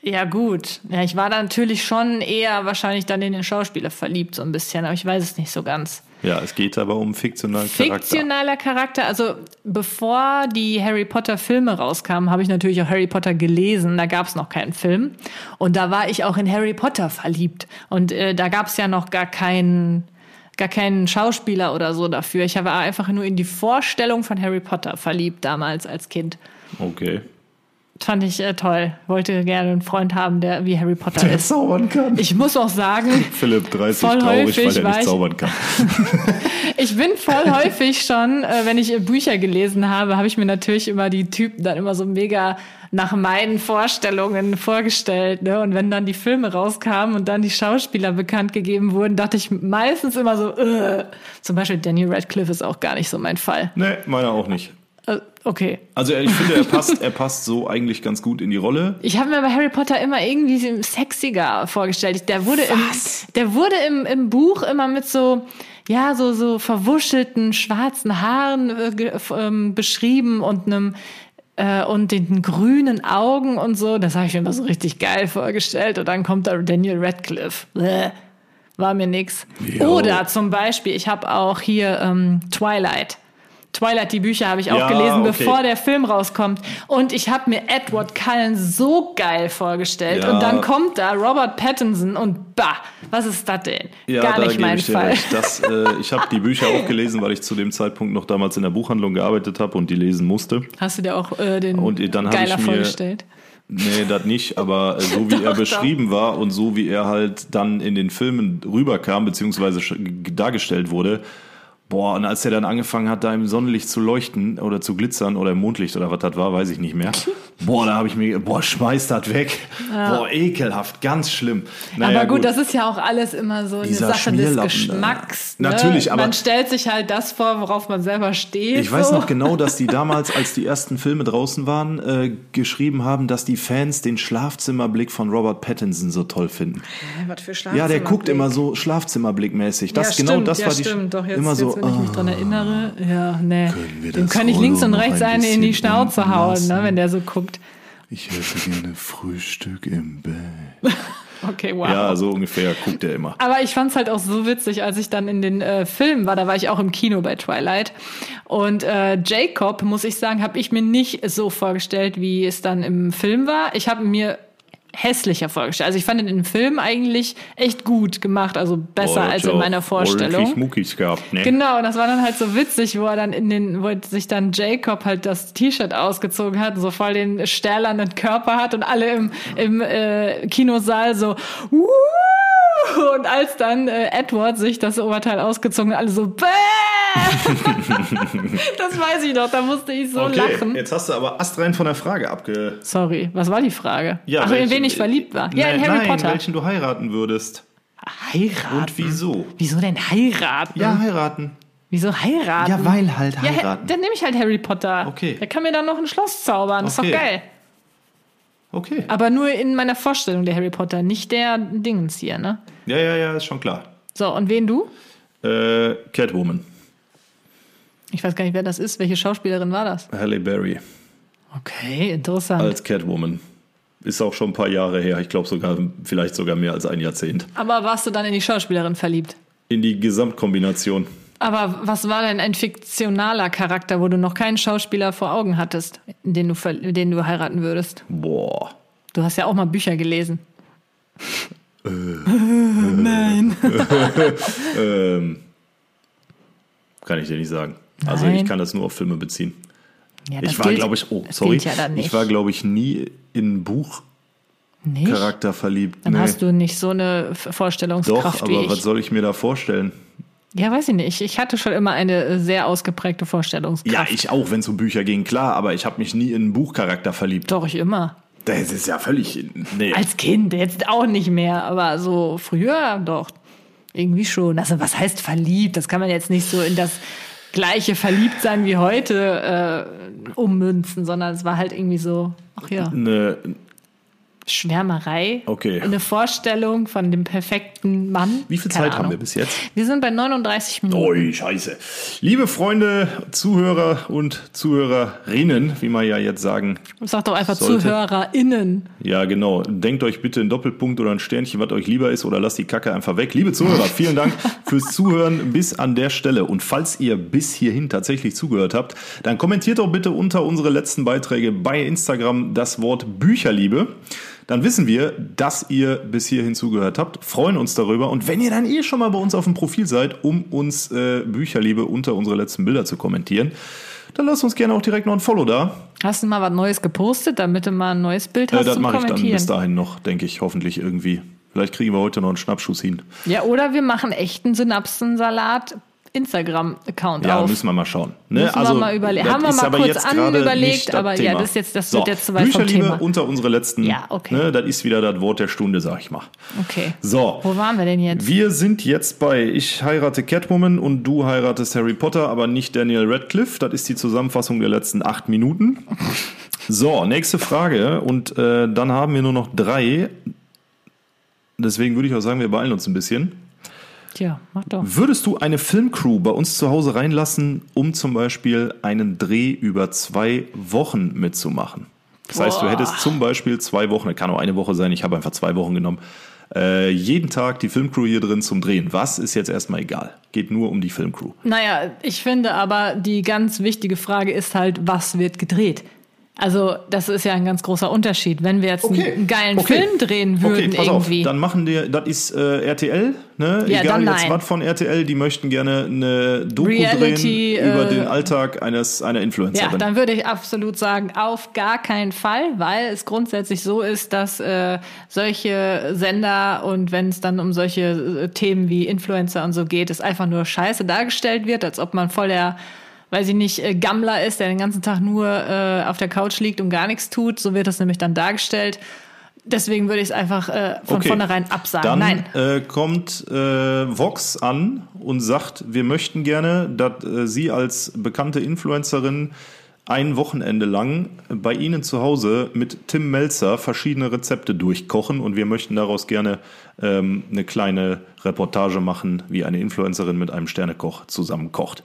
Speaker 2: Ja, gut. Ja, ich war da natürlich schon eher wahrscheinlich dann in den Schauspieler verliebt, so ein bisschen, aber ich weiß es nicht so ganz.
Speaker 3: Ja, es geht aber um fiktionalen Charakter.
Speaker 2: Fiktionaler Charakter, also bevor die Harry Potter Filme rauskamen, habe ich natürlich auch Harry Potter gelesen, da gab es noch keinen Film und da war ich auch in Harry Potter verliebt und äh, da gab es ja noch gar keinen gar keinen Schauspieler oder so dafür. Ich war einfach nur in die Vorstellung von Harry Potter verliebt damals als Kind.
Speaker 3: Okay.
Speaker 2: Das fand ich äh, toll. Wollte gerne einen Freund haben, der wie
Speaker 3: [laughs]
Speaker 2: Harry Potter ist.
Speaker 1: zaubern kann.
Speaker 2: Ich muss auch sagen,
Speaker 3: Philipp 30
Speaker 2: Voll
Speaker 3: traurig,
Speaker 2: häufig
Speaker 3: weil er
Speaker 2: war
Speaker 3: nicht
Speaker 2: ich-
Speaker 3: zaubern kann.
Speaker 2: Ich bin voll häufig schon, äh, wenn ich äh, Bücher gelesen habe, habe ich mir natürlich immer die Typen dann immer so mega nach meinen Vorstellungen vorgestellt. Ne? Und wenn dann die Filme rauskamen und dann die Schauspieler bekannt gegeben wurden, dachte ich meistens immer so, äh. zum Beispiel Daniel Radcliffe ist auch gar nicht so mein Fall.
Speaker 3: Nee, meiner auch nicht.
Speaker 2: Äh, okay.
Speaker 3: Also ich finde, er passt, er passt so eigentlich ganz gut in die Rolle.
Speaker 2: Ich habe mir bei Harry Potter immer irgendwie sexiger vorgestellt. Der wurde, im, der wurde im, im Buch immer mit so, ja, so, so verwuschelten schwarzen Haaren äh, ge- f- ähm, beschrieben und einem äh, und den grünen Augen und so. Das habe ich mir immer so richtig geil vorgestellt. Und dann kommt da Daniel Radcliffe. Bäh. War mir nix.
Speaker 3: Jo.
Speaker 2: Oder zum Beispiel, ich habe auch hier ähm, Twilight. Twilight, die Bücher habe ich auch
Speaker 3: Ja,
Speaker 2: gelesen,
Speaker 3: okay.
Speaker 2: bevor der Film rauskommt. Und ich habe mir Edward Cullen so geil vorgestellt.
Speaker 3: Ja.
Speaker 2: Und dann kommt da Robert Pattinson und bah, was ist das denn? Gar nicht mein
Speaker 3: ich dir
Speaker 2: Fall.
Speaker 3: recht. Das, äh, ich habe die Bücher auch gelesen, weil ich zu dem Zeitpunkt noch damals in der Buchhandlung gearbeitet habe und die lesen musste.
Speaker 2: Hast du dir auch äh, den
Speaker 3: Und dann hab
Speaker 2: geiler
Speaker 3: ich mir-
Speaker 2: vorgestellt?
Speaker 3: Nee, das nicht, aber äh, so
Speaker 2: [laughs]
Speaker 3: wie
Speaker 2: Doch,
Speaker 3: er
Speaker 2: doch.
Speaker 3: beschrieben war und so wie er halt dann in den Filmen rüberkam, beziehungsweise sch- g- dargestellt wurde, boah, und als er dann angefangen hat, da im Sonnenlicht zu leuchten oder zu glitzern oder im Mondlicht oder was das war, weiß ich nicht
Speaker 2: [laughs]
Speaker 3: mehr. Boah, da habe ich mir, boah, schmeiß das weg. Boah, ekelhaft, ganz schlimm. Naja,
Speaker 2: aber gut, das ist ja auch alles immer so eine
Speaker 3: Dieser
Speaker 2: Sache des
Speaker 3: Schmierlappen,
Speaker 2: Geschmacks.
Speaker 3: ne? Natürlich, aber-
Speaker 2: Man stellt sich halt das vor, worauf man selber steht.
Speaker 3: Ich weiß
Speaker 2: so.
Speaker 3: noch genau, dass
Speaker 2: [laughs]
Speaker 3: die damals, als die ersten Filme draußen waren, äh, geschrieben haben, dass die Fans den Schlafzimmerblick von Robert Pattinson so toll finden.
Speaker 2: Was für
Speaker 3: Ja, der
Speaker 2: Schlafzimmerblick.
Speaker 3: guckt immer so Schlafzimmerblickmäßig. Das
Speaker 2: ja,
Speaker 3: genau,
Speaker 2: stimmt,
Speaker 3: das
Speaker 2: ja,
Speaker 3: war die
Speaker 2: stimmt. Doch, jetzt,
Speaker 3: immer so.
Speaker 2: jetzt, wenn ich mich
Speaker 3: ah.
Speaker 2: dran erinnere, ja, nee.
Speaker 1: Können wir
Speaker 2: Dem
Speaker 1: das
Speaker 2: kann ich
Speaker 1: Rollo
Speaker 2: links und
Speaker 1: noch ein
Speaker 2: rechts einen in die
Speaker 1: bisschen
Speaker 2: Schnauze
Speaker 1: unten
Speaker 2: hauen,
Speaker 1: lassen?
Speaker 2: ne, wenn der so guckt.
Speaker 1: Ich hätte gerne Frühstück im Bett.
Speaker 2: Okay, wow.
Speaker 3: Ja, so ungefähr guckt er immer.
Speaker 2: Aber ich fand's halt auch so witzig, als ich dann in den äh, Filmen war. Da war ich auch im Kino bei Twilight. Und äh, Jacob, muss ich sagen, habe ich mir nicht so vorgestellt, wie es dann im Film war. Ich habe mir hässlicher vorgestellt. Also ich fand ihn im Film eigentlich echt gut gemacht, also besser
Speaker 3: Boah,
Speaker 2: als
Speaker 3: tja,
Speaker 2: in meiner Vorstellung.
Speaker 3: Ordentlich Muckis gehabt, ne?
Speaker 2: Genau, und das war dann halt so witzig, wo er dann in den, wo sich dann Jacob halt das T-Shirt ausgezogen hat, und so voll den sterlernden Körper hat und alle im, im äh, Kinosaal so, "Wuhu!" und als dann äh, Edward sich das Oberteil ausgezogen hat, alle
Speaker 3: [laughs]
Speaker 2: so, "Bäh!" das weiß ich noch, da musste ich so
Speaker 3: okay,
Speaker 2: lachen.
Speaker 3: jetzt hast du aber astrein von der Frage abge...
Speaker 2: Sorry, was war die Frage? Ach, in
Speaker 3: welchen-
Speaker 2: wen ich verliebt war. Ja, in
Speaker 3: Nein,
Speaker 2: Harry
Speaker 3: nein,
Speaker 2: Potter.
Speaker 3: welchen du heiraten würdest.
Speaker 2: Heiraten?
Speaker 3: Und wieso?
Speaker 2: Wieso denn heiraten?
Speaker 3: Ja, heiraten.
Speaker 2: Wieso heiraten?
Speaker 3: Ja, weil halt
Speaker 2: Ja, he-
Speaker 3: heiraten.
Speaker 2: dann nehme ich halt Harry Potter.
Speaker 3: Okay.
Speaker 2: Der kann mir dann noch ein Schloss zaubern. Ist doch
Speaker 3: Okay.
Speaker 2: geil.
Speaker 3: Okay.
Speaker 2: Aber nur in meiner Vorstellung der Harry Potter, nicht der Dingens hier, ne?
Speaker 3: Ja, ja, ja, ist schon klar.
Speaker 2: So, und wen du?
Speaker 3: Äh, Catwoman.
Speaker 2: Ich weiß gar nicht, wer das ist. Welche Schauspielerin war das?
Speaker 3: Halle Berry.
Speaker 2: Okay, interessant.
Speaker 3: als Catwoman. Ist auch schon ein paar Jahre her. Ich glaube sogar, vielleicht sogar mehr als ein Jahrzehnt.
Speaker 2: Aber warst du dann in die Schauspielerin verliebt?
Speaker 3: In die Gesamtkombination.
Speaker 2: Aber was war denn ein fiktionaler Charakter, wo du noch keinen Schauspieler vor Augen hattest, den du, verl- den du heiraten würdest?
Speaker 3: Boah.
Speaker 2: Du hast ja auch mal Bücher gelesen.
Speaker 3: Ähm, kann ich dir nicht sagen. Also
Speaker 2: Nein.
Speaker 3: ich kann das nur auf Filme beziehen.
Speaker 2: Ja,
Speaker 3: ich war,
Speaker 2: gilt-
Speaker 3: glaube ich, oh,
Speaker 2: das
Speaker 3: sorry.
Speaker 2: gilt ja dann nicht.
Speaker 3: ich war, glaube ich, nie in einen Buchcharakter
Speaker 2: nicht?
Speaker 3: verliebt.
Speaker 2: Dann
Speaker 3: Nee.
Speaker 2: hast du nicht so eine F-
Speaker 3: Doch,
Speaker 2: Vorstellungskraft wie
Speaker 3: aber
Speaker 2: ich.
Speaker 3: was soll ich mir da vorstellen?
Speaker 2: Ja, weiß ich nicht. Ich hatte schon immer eine äh, sehr ausgeprägte
Speaker 3: Ja,
Speaker 2: Vorstellungskraft.
Speaker 3: ich auch, wenn es um Bücher ging, klar, aber ich habe mich nie in einen Buchcharakter verliebt.
Speaker 2: Doch, ich immer.
Speaker 3: Das ist ja völlig. Nee.
Speaker 2: Als Kind, jetzt auch nicht mehr, aber so früher doch. Irgendwie schon. Also, was heißt verliebt? Das kann man jetzt nicht so in das gleiche Verliebtsein wie
Speaker 3: ne,
Speaker 2: heute äh, ummünzen, sondern es war halt irgendwie so, ach ja.
Speaker 3: eine,
Speaker 2: Schwärmerei.
Speaker 3: Okay.
Speaker 2: Eine Vorstellung von dem perfekten Mann.
Speaker 3: Wie viel
Speaker 2: Keine
Speaker 3: Zeit haben wir
Speaker 2: Ahnung.
Speaker 3: bis jetzt?
Speaker 2: Wir sind bei 39 Minuten.
Speaker 3: Ui, scheiße. Liebe Freunde, Zuhörer und Zuhörerinnen, wie man ja jetzt sagen,
Speaker 2: Sag doch einfach
Speaker 3: Oh, Sollte.
Speaker 2: ZuhörerInnen.
Speaker 3: ja genau, denkt euch bitte einen Doppelpunkt oder ein Sternchen, was euch lieber ist, oder lasst die Kacke einfach weg. Liebe Zuhörer, vielen Dank fürs Zuhören bis an der Stelle. Und falls ihr bis hierhin tatsächlich zugehört habt, dann kommentiert doch bitte unter unsere letzten Beiträge bei Instagram das Wort Bücherliebe. Dann wissen wir, dass ihr bis hierhin zugehört habt, freuen uns darüber. Und wenn ihr dann eh schon mal bei uns auf dem Profil seid, um uns äh, Bücherliebe unter unsere letzten Bilder zu kommentieren, dann lasst uns gerne auch direkt noch ein Follow da.
Speaker 2: Hast du mal was Neues gepostet, damit du mal ein neues Bild hast
Speaker 3: Äh, das
Speaker 2: zum
Speaker 3: mache ich dann
Speaker 2: Kommentieren?
Speaker 3: bis dahin noch, denke ich, hoffentlich irgendwie. Vielleicht kriegen wir heute noch einen Schnappschuss hin.
Speaker 2: ja, oder wir machen echten Synapsensalat Instagram-Account
Speaker 3: Ja,
Speaker 2: auf.
Speaker 3: müssen wir mal schauen. Ne?
Speaker 2: Müssen wir mal überle-
Speaker 3: das
Speaker 2: haben wir
Speaker 3: ist
Speaker 2: mal
Speaker 3: aber
Speaker 2: kurz
Speaker 3: jetzt
Speaker 2: an
Speaker 3: gerade
Speaker 2: überlegt,
Speaker 3: nicht
Speaker 2: aber ja,
Speaker 3: Thema.
Speaker 2: das ist jetzt- das wird jetzt zu weit vom
Speaker 3: Bücherliebe
Speaker 2: Thema.
Speaker 3: unter unsere letzten.
Speaker 2: Ja, okay.
Speaker 3: Ne, das ist wieder das Wort der Stunde, sag ich mal.
Speaker 2: okay.
Speaker 3: So.
Speaker 2: Wo waren wir denn jetzt?
Speaker 3: Wir sind jetzt bei Ich heirate Catwoman und du heiratest Harry Potter, aber nicht Daniel Radcliffe. Das ist die Zusammenfassung der letzten acht Minuten. So, nächste Frage. Und äh, dann haben wir nur noch drei. Deswegen würde ich auch sagen, wir beeilen uns ein bisschen.
Speaker 2: Tja, mach doch.
Speaker 3: Würdest du eine Filmcrew bei uns zu Hause reinlassen, um zum Beispiel einen Dreh über zwei Wochen mitzumachen? Das heißt, du
Speaker 2: Boah.
Speaker 3: hättest zum Beispiel zwei Wochen, das kann auch eine Woche sein, ich habe einfach zwei Wochen genommen, äh, jeden Tag die Filmcrew hier drin zum Drehen. Was ist jetzt erstmal egal? Geht nur um die Filmcrew.
Speaker 2: Naja, ich finde aber, die ganz wichtige Frage ist halt, was wird gedreht? Also, das ist ja ein ganz großer Unterschied. Wenn wir jetzt
Speaker 3: Okay.
Speaker 2: einen geilen
Speaker 3: Okay.
Speaker 2: Film drehen würden,
Speaker 3: okay, pass
Speaker 2: irgendwie.
Speaker 3: Auf, dann machen wir, das ist äh, RTL, ne?
Speaker 2: Ja,
Speaker 3: Egal
Speaker 2: dann
Speaker 3: jetzt
Speaker 2: nein.
Speaker 3: was von RTL, die möchten gerne eine Doku
Speaker 2: Reality,
Speaker 3: drehen über
Speaker 2: äh,
Speaker 3: den Alltag eines einer Influencerin.
Speaker 2: Ja, dann würde ich absolut sagen, auf gar keinen Fall, weil es grundsätzlich so ist, dass äh, solche Sender und wenn es dann um solche äh, Themen wie Influencer und so geht, es einfach nur scheiße dargestellt wird, als ob man voll der weiß ich nicht, äh, Gammler ist, der den ganzen Tag nur äh, auf der Couch liegt und gar nichts tut. So wird das nämlich dann dargestellt. Deswegen würde ich es einfach äh, von
Speaker 3: Okay.
Speaker 2: vornherein absagen.
Speaker 3: Dann
Speaker 2: Nein.
Speaker 3: Äh, kommt äh, Vox an und sagt, wir möchten gerne, dass äh, Sie als bekannte Influencerin ein Wochenende lang bei Ihnen zu Hause mit Tim Melzer verschiedene Rezepte durchkochen und wir möchten daraus gerne ähm, eine kleine Reportage machen, wie eine Influencerin mit einem Sternekoch zusammen kocht.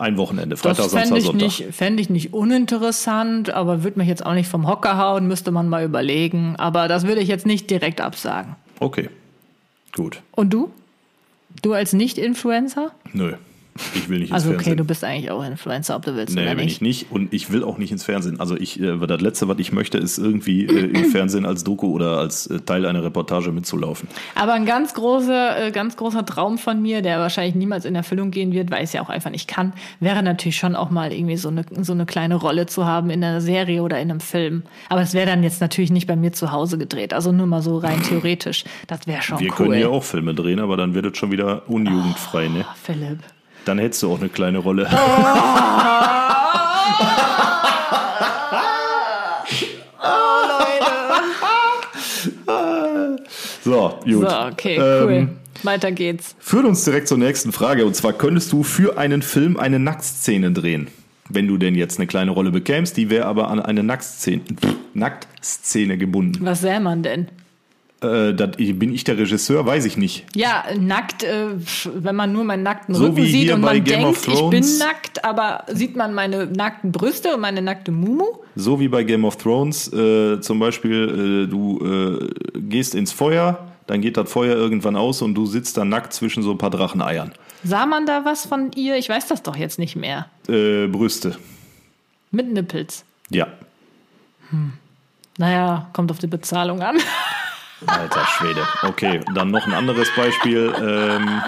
Speaker 3: Ein Wochenende, Freitag,
Speaker 2: Das
Speaker 3: Samstag,
Speaker 2: fände ich,
Speaker 3: Sonntag.
Speaker 2: nicht- fänd ich nicht uninteressant, aber würde mich jetzt auch nicht vom Hocker hauen, müsste man mal überlegen. Aber das würde ich jetzt nicht direkt absagen.
Speaker 3: Okay, gut.
Speaker 2: Und du? Du als Nicht-Influencer?
Speaker 3: Nö, ich will nicht ins
Speaker 2: Also okay,
Speaker 3: Fernsehen.
Speaker 2: du bist eigentlich auch Influencer, ob du willst
Speaker 3: Nee,
Speaker 2: oder
Speaker 3: bin ich
Speaker 2: nicht.
Speaker 3: nicht. Und ich will auch nicht ins Fernsehen. Also ich, äh, das Letzte, was ich möchte, ist irgendwie äh,
Speaker 2: [clears throat]
Speaker 3: im Fernsehen als Doku oder als äh, Teil einer Reportage mitzulaufen.
Speaker 2: Aber ein ganz großer, äh, ganz großer Traum von mir, der wahrscheinlich niemals in Erfüllung gehen wird, weil ich es ja auch einfach nicht kann, wäre natürlich schon auch mal irgendwie so eine, so eine kleine Rolle zu haben in einer Serie oder in einem Film. Aber es wäre dann jetzt natürlich nicht bei mir zu Hause gedreht. Also nur mal
Speaker 3: [laughs]
Speaker 2: so rein theoretisch. Das wäre schon
Speaker 3: Wir
Speaker 2: cool.
Speaker 3: können ja auch Filme drehen, aber dann wird es schon wieder unjugendfrei, ne?
Speaker 2: Ach, Ah, Philipp.
Speaker 3: Dann hättest du auch eine kleine Rolle.
Speaker 2: Ah.
Speaker 3: [laughs] so, gut.
Speaker 2: Oh, So, okay,
Speaker 3: Ähm,
Speaker 2: cool. Weiter geht's.
Speaker 3: Führt uns direkt zur nächsten Frage. Und zwar könntest du für einen Film eine Nacktszene drehen, wenn du denn jetzt eine kleine Rolle bekämst. Die wäre aber an eine Nacktszene, pff, Nacktszene gebunden.
Speaker 2: Was sähe man denn?
Speaker 3: Äh, dat, bin ich der Regisseur? Weiß ich nicht.
Speaker 2: Ja, nackt, äh, pf, wenn man nur meinen nackten
Speaker 3: So
Speaker 2: Rücken
Speaker 3: wie
Speaker 2: sieht
Speaker 3: hier
Speaker 2: und
Speaker 3: bei
Speaker 2: man
Speaker 3: Game of
Speaker 2: denkt, ich bin
Speaker 3: Thrones.
Speaker 2: nackt, aber sieht man meine nackten Brüste und meine nackte Mumu?
Speaker 3: So wie bei Game of Thrones. Äh, zum Beispiel, äh, du äh, gehst ins Feuer, dann geht das Feuer irgendwann aus und du sitzt dann nackt zwischen so ein paar Dracheneiern.
Speaker 2: Sah man da was von ihr? Ich weiß das doch jetzt nicht mehr.
Speaker 3: Äh, Brüste.
Speaker 2: Mit Nippels.
Speaker 3: Ja.
Speaker 2: Naja, kommt auf die Bezahlung an. [laughs]
Speaker 3: Alter Schwede. Okay, dann noch ein anderes Beispiel. Ähm,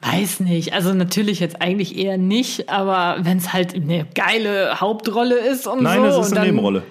Speaker 2: Weiß nicht. Also natürlich jetzt eigentlich eher nicht, aber wenn es halt eine geile Hauptrolle ist und
Speaker 3: Nein,
Speaker 2: so.
Speaker 3: es ist
Speaker 2: und
Speaker 3: eine
Speaker 2: dann-
Speaker 3: Nebenrolle.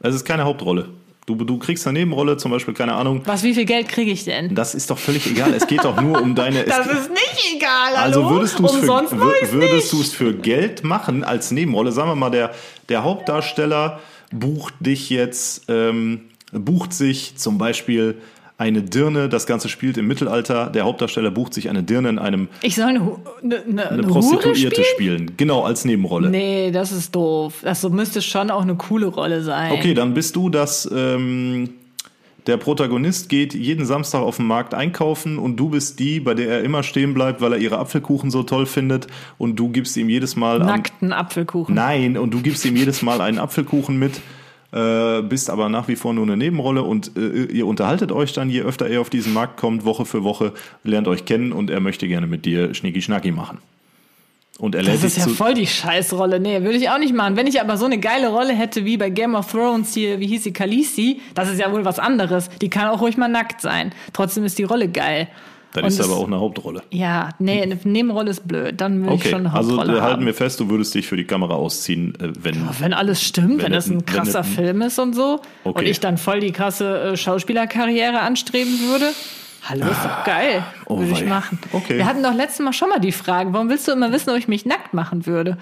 Speaker 3: Es ist keine Hauptrolle. Du, du kriegst eine Nebenrolle, zum Beispiel, keine Ahnung.
Speaker 2: Was, wie viel Geld kriege ich denn?
Speaker 3: Das ist doch völlig egal. Es geht doch nur um deine.
Speaker 2: Das
Speaker 3: es,
Speaker 2: ist nicht egal. Hallo?
Speaker 3: also würdest du es für,
Speaker 2: Umsonst mach ich's
Speaker 3: wür- würdest
Speaker 2: nicht.
Speaker 3: du's für Geld machen als Nebenrolle? Sagen wir mal, der, der Hauptdarsteller bucht dich jetzt, ähm, bucht sich zum Beispiel eine Dirne. Das Ganze spielt im Mittelalter. Der Hauptdarsteller bucht sich eine Dirne in einem
Speaker 2: Ich soll eine, Hu- eine, eine,
Speaker 3: eine
Speaker 2: eine Hure
Speaker 3: Prostituierte
Speaker 2: spielen?
Speaker 3: spielen. Genau, als Nebenrolle.
Speaker 2: Nee, das ist doof. Das müsste schon auch eine coole Rolle sein.
Speaker 3: Okay, dann bist du das. Ähm, der Protagonist geht jeden Samstag auf dem Markt einkaufen und du bist die, bei der er immer stehen bleibt, weil er ihre Apfelkuchen so toll findet und du gibst ihm jedes Mal am-
Speaker 2: Nackten Apfelkuchen.
Speaker 3: Nein, und du gibst ihm jedes Mal einen Apfelkuchen mit, äh, bist aber nach wie vor nur eine Nebenrolle und äh, ihr unterhaltet euch dann, je öfter er auf diesen Markt kommt, Woche für Woche, lernt euch kennen und er möchte gerne mit dir Schnicki-Schnacki machen. Und er lädt
Speaker 2: das
Speaker 3: dich
Speaker 2: ist ja
Speaker 3: zu.
Speaker 2: voll die Scheißrolle. Nee, würde ich auch nicht machen. Wenn ich aber so eine geile Rolle hätte wie bei Game of Thrones hier, wie hieß sie, Khaleesi, das ist ja wohl was anderes. Die kann auch ruhig mal nackt sein. Trotzdem ist die Rolle geil.
Speaker 3: Dann
Speaker 2: Und
Speaker 3: ist er
Speaker 2: es-
Speaker 3: aber auch eine Hauptrolle.
Speaker 2: Ja, nee, eine Nebenrolle ist blöd. Dann will ich
Speaker 3: Okay,
Speaker 2: schon eine
Speaker 3: also
Speaker 2: Hauptrolle
Speaker 3: äh, halten
Speaker 2: haben.
Speaker 3: wir fest, du würdest dich für die Kamera ausziehen, äh, wenn.
Speaker 2: Wenn alles stimmt, wenn,
Speaker 3: Wenn
Speaker 2: das
Speaker 3: es-
Speaker 2: ein
Speaker 3: wenn
Speaker 2: krasser
Speaker 3: es-
Speaker 2: Film ist und so
Speaker 3: Okay.
Speaker 2: und ich dann voll die krasse äh, Schauspielerkarriere anstreben würde. Hallo, ist doch geil.
Speaker 3: oh
Speaker 2: würde ich
Speaker 3: wei.
Speaker 2: machen.
Speaker 3: Okay.
Speaker 2: Wir hatten doch letztes Mal schon mal die Frage, warum willst du immer wissen, ob ich mich nackt machen würde?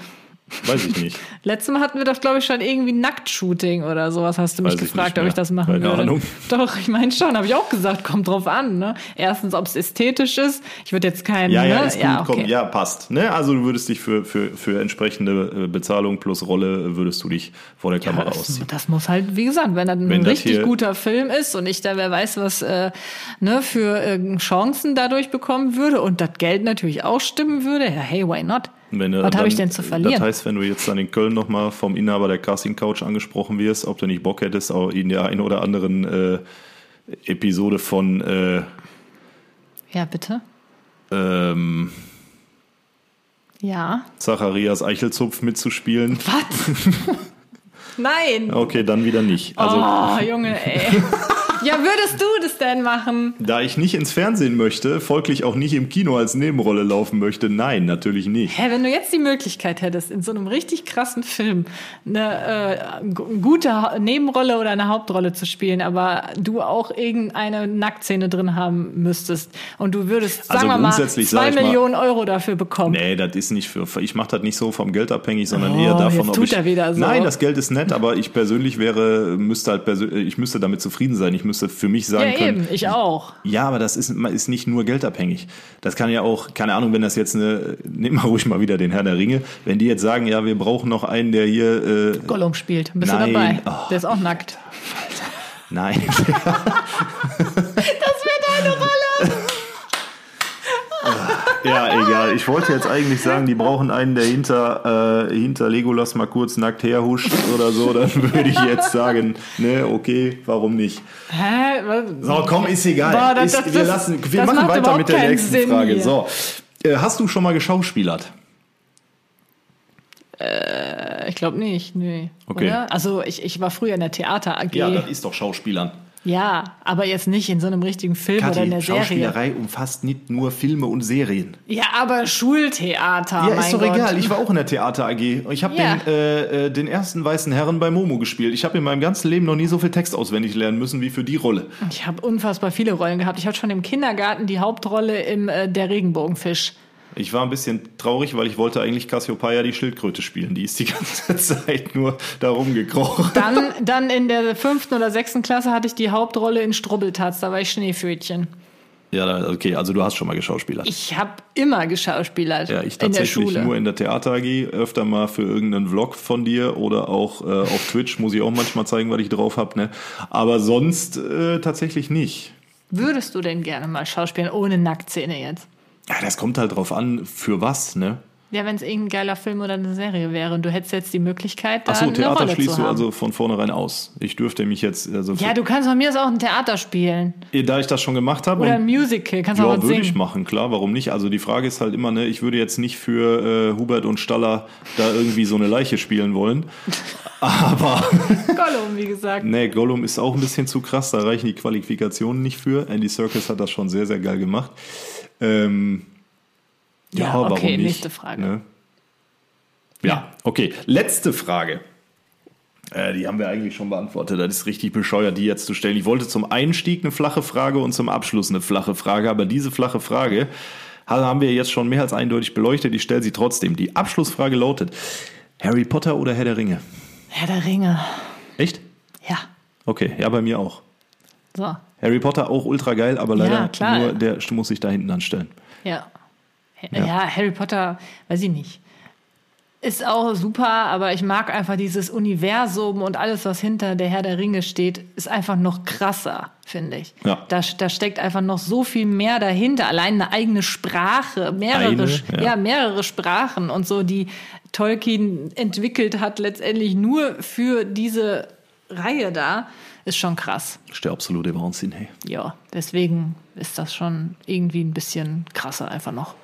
Speaker 3: Weiß ich
Speaker 2: [laughs]
Speaker 3: nicht.
Speaker 2: Letztes Mal hatten wir doch, glaube ich, schon irgendwie Nacktshooting oder sowas. Hast du mich
Speaker 3: Weiß ich nicht
Speaker 2: gefragt,
Speaker 3: mehr.
Speaker 2: ob ich das machen
Speaker 3: Keine
Speaker 2: würde?
Speaker 3: Ahnung.
Speaker 2: [laughs] Doch, ich meine schon, habe ich auch gesagt, kommt drauf an. Ne? Erstens, ob es ästhetisch ist. Ich würde jetzt keinen.
Speaker 3: Ja, ja,
Speaker 2: ne?
Speaker 3: ist gut, komm, ja, passt. Ne? Also du würdest dich für, für, für entsprechende äh, Bezahlung plus Rolle äh, würdest du dich vor der Kamera
Speaker 2: Das,
Speaker 3: ausziehen.
Speaker 2: das muss halt, wie gesagt, wenn das ein
Speaker 3: Wenn das
Speaker 2: richtig
Speaker 3: hier-
Speaker 2: guter Film ist und ich da wer weiß was äh, ne, für äh, Chancen dadurch bekommen würde und das Geld natürlich auch stimmen würde, ja, hey, why not?
Speaker 3: Wenn du
Speaker 2: was
Speaker 3: dann- äh,
Speaker 2: habe ich denn zu verlieren?
Speaker 3: Das heißt, wenn du jetzt dann in Köln nochmal vom Inhaber der Casting Couch angesprochen wirst, ob du nicht Bock hättest, auch in der einen oder anderen äh, Episode von äh,
Speaker 2: ja, bitte.
Speaker 3: ähm,
Speaker 2: Ja.
Speaker 3: Zacharias Eichelzupf mitzuspielen.
Speaker 2: Was? Nein.
Speaker 3: Okay, dann wieder nicht. Also
Speaker 2: oh, Junge, ey.
Speaker 3: [laughs]
Speaker 2: ja, würdest du das denn machen?
Speaker 3: da ich nicht ins Fernsehen möchte, folglich auch nicht im Kino als Nebenrolle laufen möchte, nein, natürlich nicht.
Speaker 2: Hä, wenn du jetzt die Möglichkeit hättest, in so einem richtig krassen Film eine äh, gu- gute Ha- Nebenrolle oder eine Hauptrolle zu spielen, aber du auch irgendeine Nacktszene drin haben müsstest und du würdest, sagen
Speaker 3: Also
Speaker 2: wir mal,
Speaker 3: grundsätzlich sag
Speaker 2: zwei
Speaker 3: ich mal-
Speaker 2: Millionen Euro dafür bekommen.
Speaker 3: Nee, das ist nicht für. Ich mache das nicht so vom Geld abhängig, sondern
Speaker 2: Oh,
Speaker 3: eher davon,
Speaker 2: jetzt
Speaker 3: ob
Speaker 2: tut
Speaker 3: ich.
Speaker 2: er wieder so.
Speaker 3: Nein, das Geld ist nett, aber ich persönlich wäre, müsste halt persö ich müsste damit zufrieden sein. Ich müsste für mich
Speaker 2: ja,
Speaker 3: sagen können.
Speaker 2: eben, ich auch.
Speaker 3: Ja, aber das ist, ist nicht nur geldabhängig. Das kann ja auch, keine Ahnung, wenn das jetzt eine, nimm mal ruhig mal wieder den Herr der Ringe, wenn die jetzt sagen, ja, wir brauchen noch einen, der hier, äh,
Speaker 2: Gollum spielt, bist
Speaker 3: Nein.
Speaker 2: du dabei?
Speaker 3: Oh.
Speaker 2: Der ist auch nackt.
Speaker 3: nein, [laughs]
Speaker 2: Das wäre deine Rolle.
Speaker 3: ja, egal. Ich wollte jetzt eigentlich sagen, die brauchen einen, der hinter, äh, hinter Legolas mal kurz nackt herhuscht oder so, dann würde ich jetzt sagen, ne, okay, warum nicht?
Speaker 2: Hä? Was?
Speaker 3: So, komm, ist egal.
Speaker 2: Boah, das-
Speaker 3: ist,
Speaker 2: das-
Speaker 3: wir
Speaker 2: das-
Speaker 3: lassen, wir
Speaker 2: das
Speaker 3: machen
Speaker 2: macht
Speaker 3: weiter
Speaker 2: überhaupt
Speaker 3: mit der
Speaker 2: keinen
Speaker 3: nächsten
Speaker 2: Sinn
Speaker 3: Frage.
Speaker 2: hier.
Speaker 3: So, äh, hast du schon mal geschauspielert?
Speaker 2: Ich glaube nicht, nee.
Speaker 3: Okay.
Speaker 2: Oder? Also ich, ich war früher in der Theater AG.
Speaker 3: Ja,
Speaker 2: Ja,
Speaker 3: das ist doch Schauspielern.
Speaker 2: aber jetzt nicht in so einem richtigen Film oder in der Serie.
Speaker 3: Schauspielerei umfasst nicht nur Filme und Serien.
Speaker 2: Ja, aber Schultheater.
Speaker 3: Ja,
Speaker 2: Ah, mein
Speaker 3: ist doch
Speaker 2: Gott.
Speaker 3: egal. Ich war auch in der Theater AG. Ich habe
Speaker 2: Ja.
Speaker 3: den, äh, äh, den ersten weißen Herren bei Momo gespielt. Ich habe in meinem ganzen Leben noch nie so viel Text auswendig lernen müssen wie für die Rolle.
Speaker 2: Ich habe unfassbar viele Rollen gehabt. Ich habe schon im Kindergarten die Hauptrolle im äh, Der Regenbogenfisch.
Speaker 3: Ich war ein bisschen traurig, weil ich wollte eigentlich Cassiopeia die Schildkröte spielen. Die [laughs] ist die ganze Zeit nur darum gekrochen. [laughs]
Speaker 2: Dann, dann in der fünften oder sechsten Klasse hatte ich die Hauptrolle in Strubbeltatz. Da war ich Schneefötchen.
Speaker 3: Ja, da- okay, also du hast schon mal geschauspielert.
Speaker 2: Ich habe immer geschauspielert
Speaker 3: Ja, ich
Speaker 2: in der
Speaker 3: tatsächlich
Speaker 2: Schule.
Speaker 3: nur in der Theater AG, öfter mal für irgendeinen Vlog von dir oder auch äh, auf Twitch muss ich auch manchmal zeigen, was ich drauf habe. Ne? Aber sonst äh, tatsächlich nicht.
Speaker 2: Würdest du denn gerne mal schauspielen ohne Nacktszene jetzt?
Speaker 3: Ja, das kommt halt drauf an, für was, ne?
Speaker 2: Ja, wenn es irgendein geiler Film oder eine Serie wäre und du hättest jetzt die Möglichkeit, da
Speaker 3: Achso,
Speaker 2: eine
Speaker 3: Theater
Speaker 2: Rolle
Speaker 3: schließt
Speaker 2: zu
Speaker 3: du
Speaker 2: haben.
Speaker 3: also von vornherein aus. Ich dürfte mich jetzt, also
Speaker 2: ja, du kannst von mir aus auch ein Theater spielen
Speaker 3: für, da ich das schon gemacht habe,
Speaker 2: oder ein
Speaker 3: und-
Speaker 2: Musical, kannst auch
Speaker 3: ja,
Speaker 2: was
Speaker 3: würde ich
Speaker 2: singen.
Speaker 3: machen, klar, warum nicht? Also die Frage ist halt immer, ne, ich würde jetzt nicht für äh, Hubert und Staller da irgendwie so eine Leiche spielen wollen. Aber
Speaker 2: Gollum, wie gesagt.
Speaker 3: Nee, Gollum ist auch ein bisschen zu krass, da reichen die Qualifikationen nicht für. Andy Serkis hat das schon sehr, sehr geil gemacht. Ähm, ja,
Speaker 2: Ja,
Speaker 3: warum
Speaker 2: okay,
Speaker 3: nicht?
Speaker 2: nächste Frage.
Speaker 3: Ne? Ja, okay. Letzte Frage. Äh, die haben wir eigentlich schon beantwortet. Das ist richtig bescheuert, die jetzt zu stellen. Ich wollte zum Einstieg eine flache Frage und zum Abschluss eine flache Frage, aber diese flache Frage ha- haben wir jetzt schon mehr als eindeutig beleuchtet. Ich stelle sie trotzdem. Die Abschlussfrage lautet: Harry Potter oder Herr der Ringe?
Speaker 2: Herr der Ringe.
Speaker 3: Echt?
Speaker 2: Ja.
Speaker 3: Okay, ja, bei mir auch.
Speaker 2: So,
Speaker 3: Harry Potter auch ultra geil, aber leider
Speaker 2: klar.
Speaker 3: nur der muss sich da hinten anstellen.
Speaker 2: ja.
Speaker 3: Ja.
Speaker 2: ja. Harry Potter, weiß ich nicht. Ist auch super, aber ich mag einfach dieses Universum und alles, was hinter der Herr der Ringe steht, ist einfach noch krasser, finde ich.
Speaker 3: Ja.
Speaker 2: Da, da steckt einfach noch so viel mehr dahinter. Allein eine eigene Sprache, mehrere,
Speaker 3: Eine,
Speaker 2: Sch-
Speaker 3: ja.
Speaker 2: ja, mehrere Sprachen und so, die Tolkien entwickelt hat, letztendlich nur für diese Reihe da, ist schon krass.
Speaker 3: Ist der absolute Wahnsinn, hey.
Speaker 2: ja, deswegen ist das schon irgendwie ein bisschen krasser einfach noch.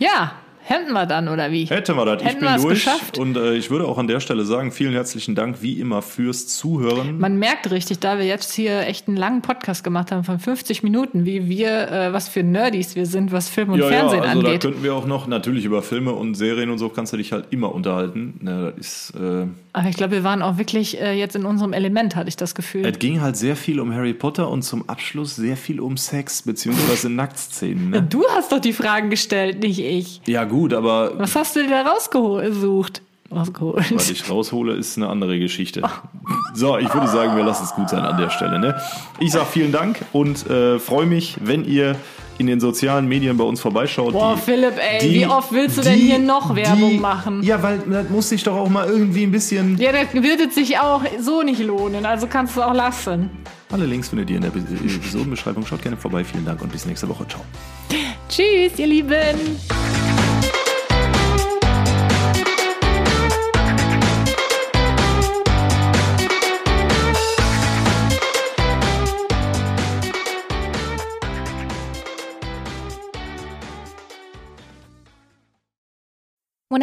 Speaker 2: Ja, hätten wir dann, oder wie?
Speaker 3: Hätten wir das, ich
Speaker 2: Hätten
Speaker 3: bin
Speaker 2: wir's
Speaker 3: durch.
Speaker 2: geschafft.
Speaker 3: Und äh, ich würde auch an der Stelle sagen, vielen herzlichen Dank wie immer fürs Zuhören.
Speaker 2: Man merkt richtig, da wir jetzt hier echt einen langen Podcast gemacht haben von 50 Minuten, wie wir, äh, was für Nerdys wir sind, was Film und Fernsehen
Speaker 3: also
Speaker 2: angeht.
Speaker 3: da könnten wir auch noch natürlich über Filme und Serien und so kannst du dich halt immer unterhalten. Ne, das ist, äh,
Speaker 2: Aber ich glaube, wir waren auch wirklich äh, jetzt in unserem Element, hatte ich das Gefühl.
Speaker 3: es ging halt sehr viel um Harry Potter und zum Abschluss sehr viel um Sex
Speaker 2: [laughs]
Speaker 3: beziehungsweise Nacktszenen. Ne?
Speaker 2: du hast doch die Fragen gestellt, nicht ich.
Speaker 3: Ja gut, aber
Speaker 2: Was hast du dir da rausgesucht?
Speaker 3: was
Speaker 2: Rausgeholt.
Speaker 3: ich raushole, ist eine andere Geschichte. So, ich würde sagen, wir lassen es gut sein an der Stelle. Ne? Ich sage vielen Dank und äh, freue mich, wenn ihr in den sozialen Medien bei uns vorbeischaut.
Speaker 2: Boah, Philipp, ey, wie oft willst du denn hier noch Werbung machen?
Speaker 3: Ja, weil das muss ich doch auch mal irgendwie ein bisschen...
Speaker 2: Ja, das wird es sich auch so nicht lohnen, also kannst du es auch lassen.
Speaker 3: Alle Links findet ihr in der Be- Episodenbeschreibung. Schaut gerne vorbei. Vielen Dank und bis nächste Woche. Ciao.
Speaker 2: Tschüss, ihr Lieben.
Speaker 5: When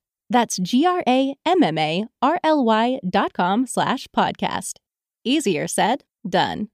Speaker 5: That's G R A M M A R L Y dot com slash podcast. Easier said, done.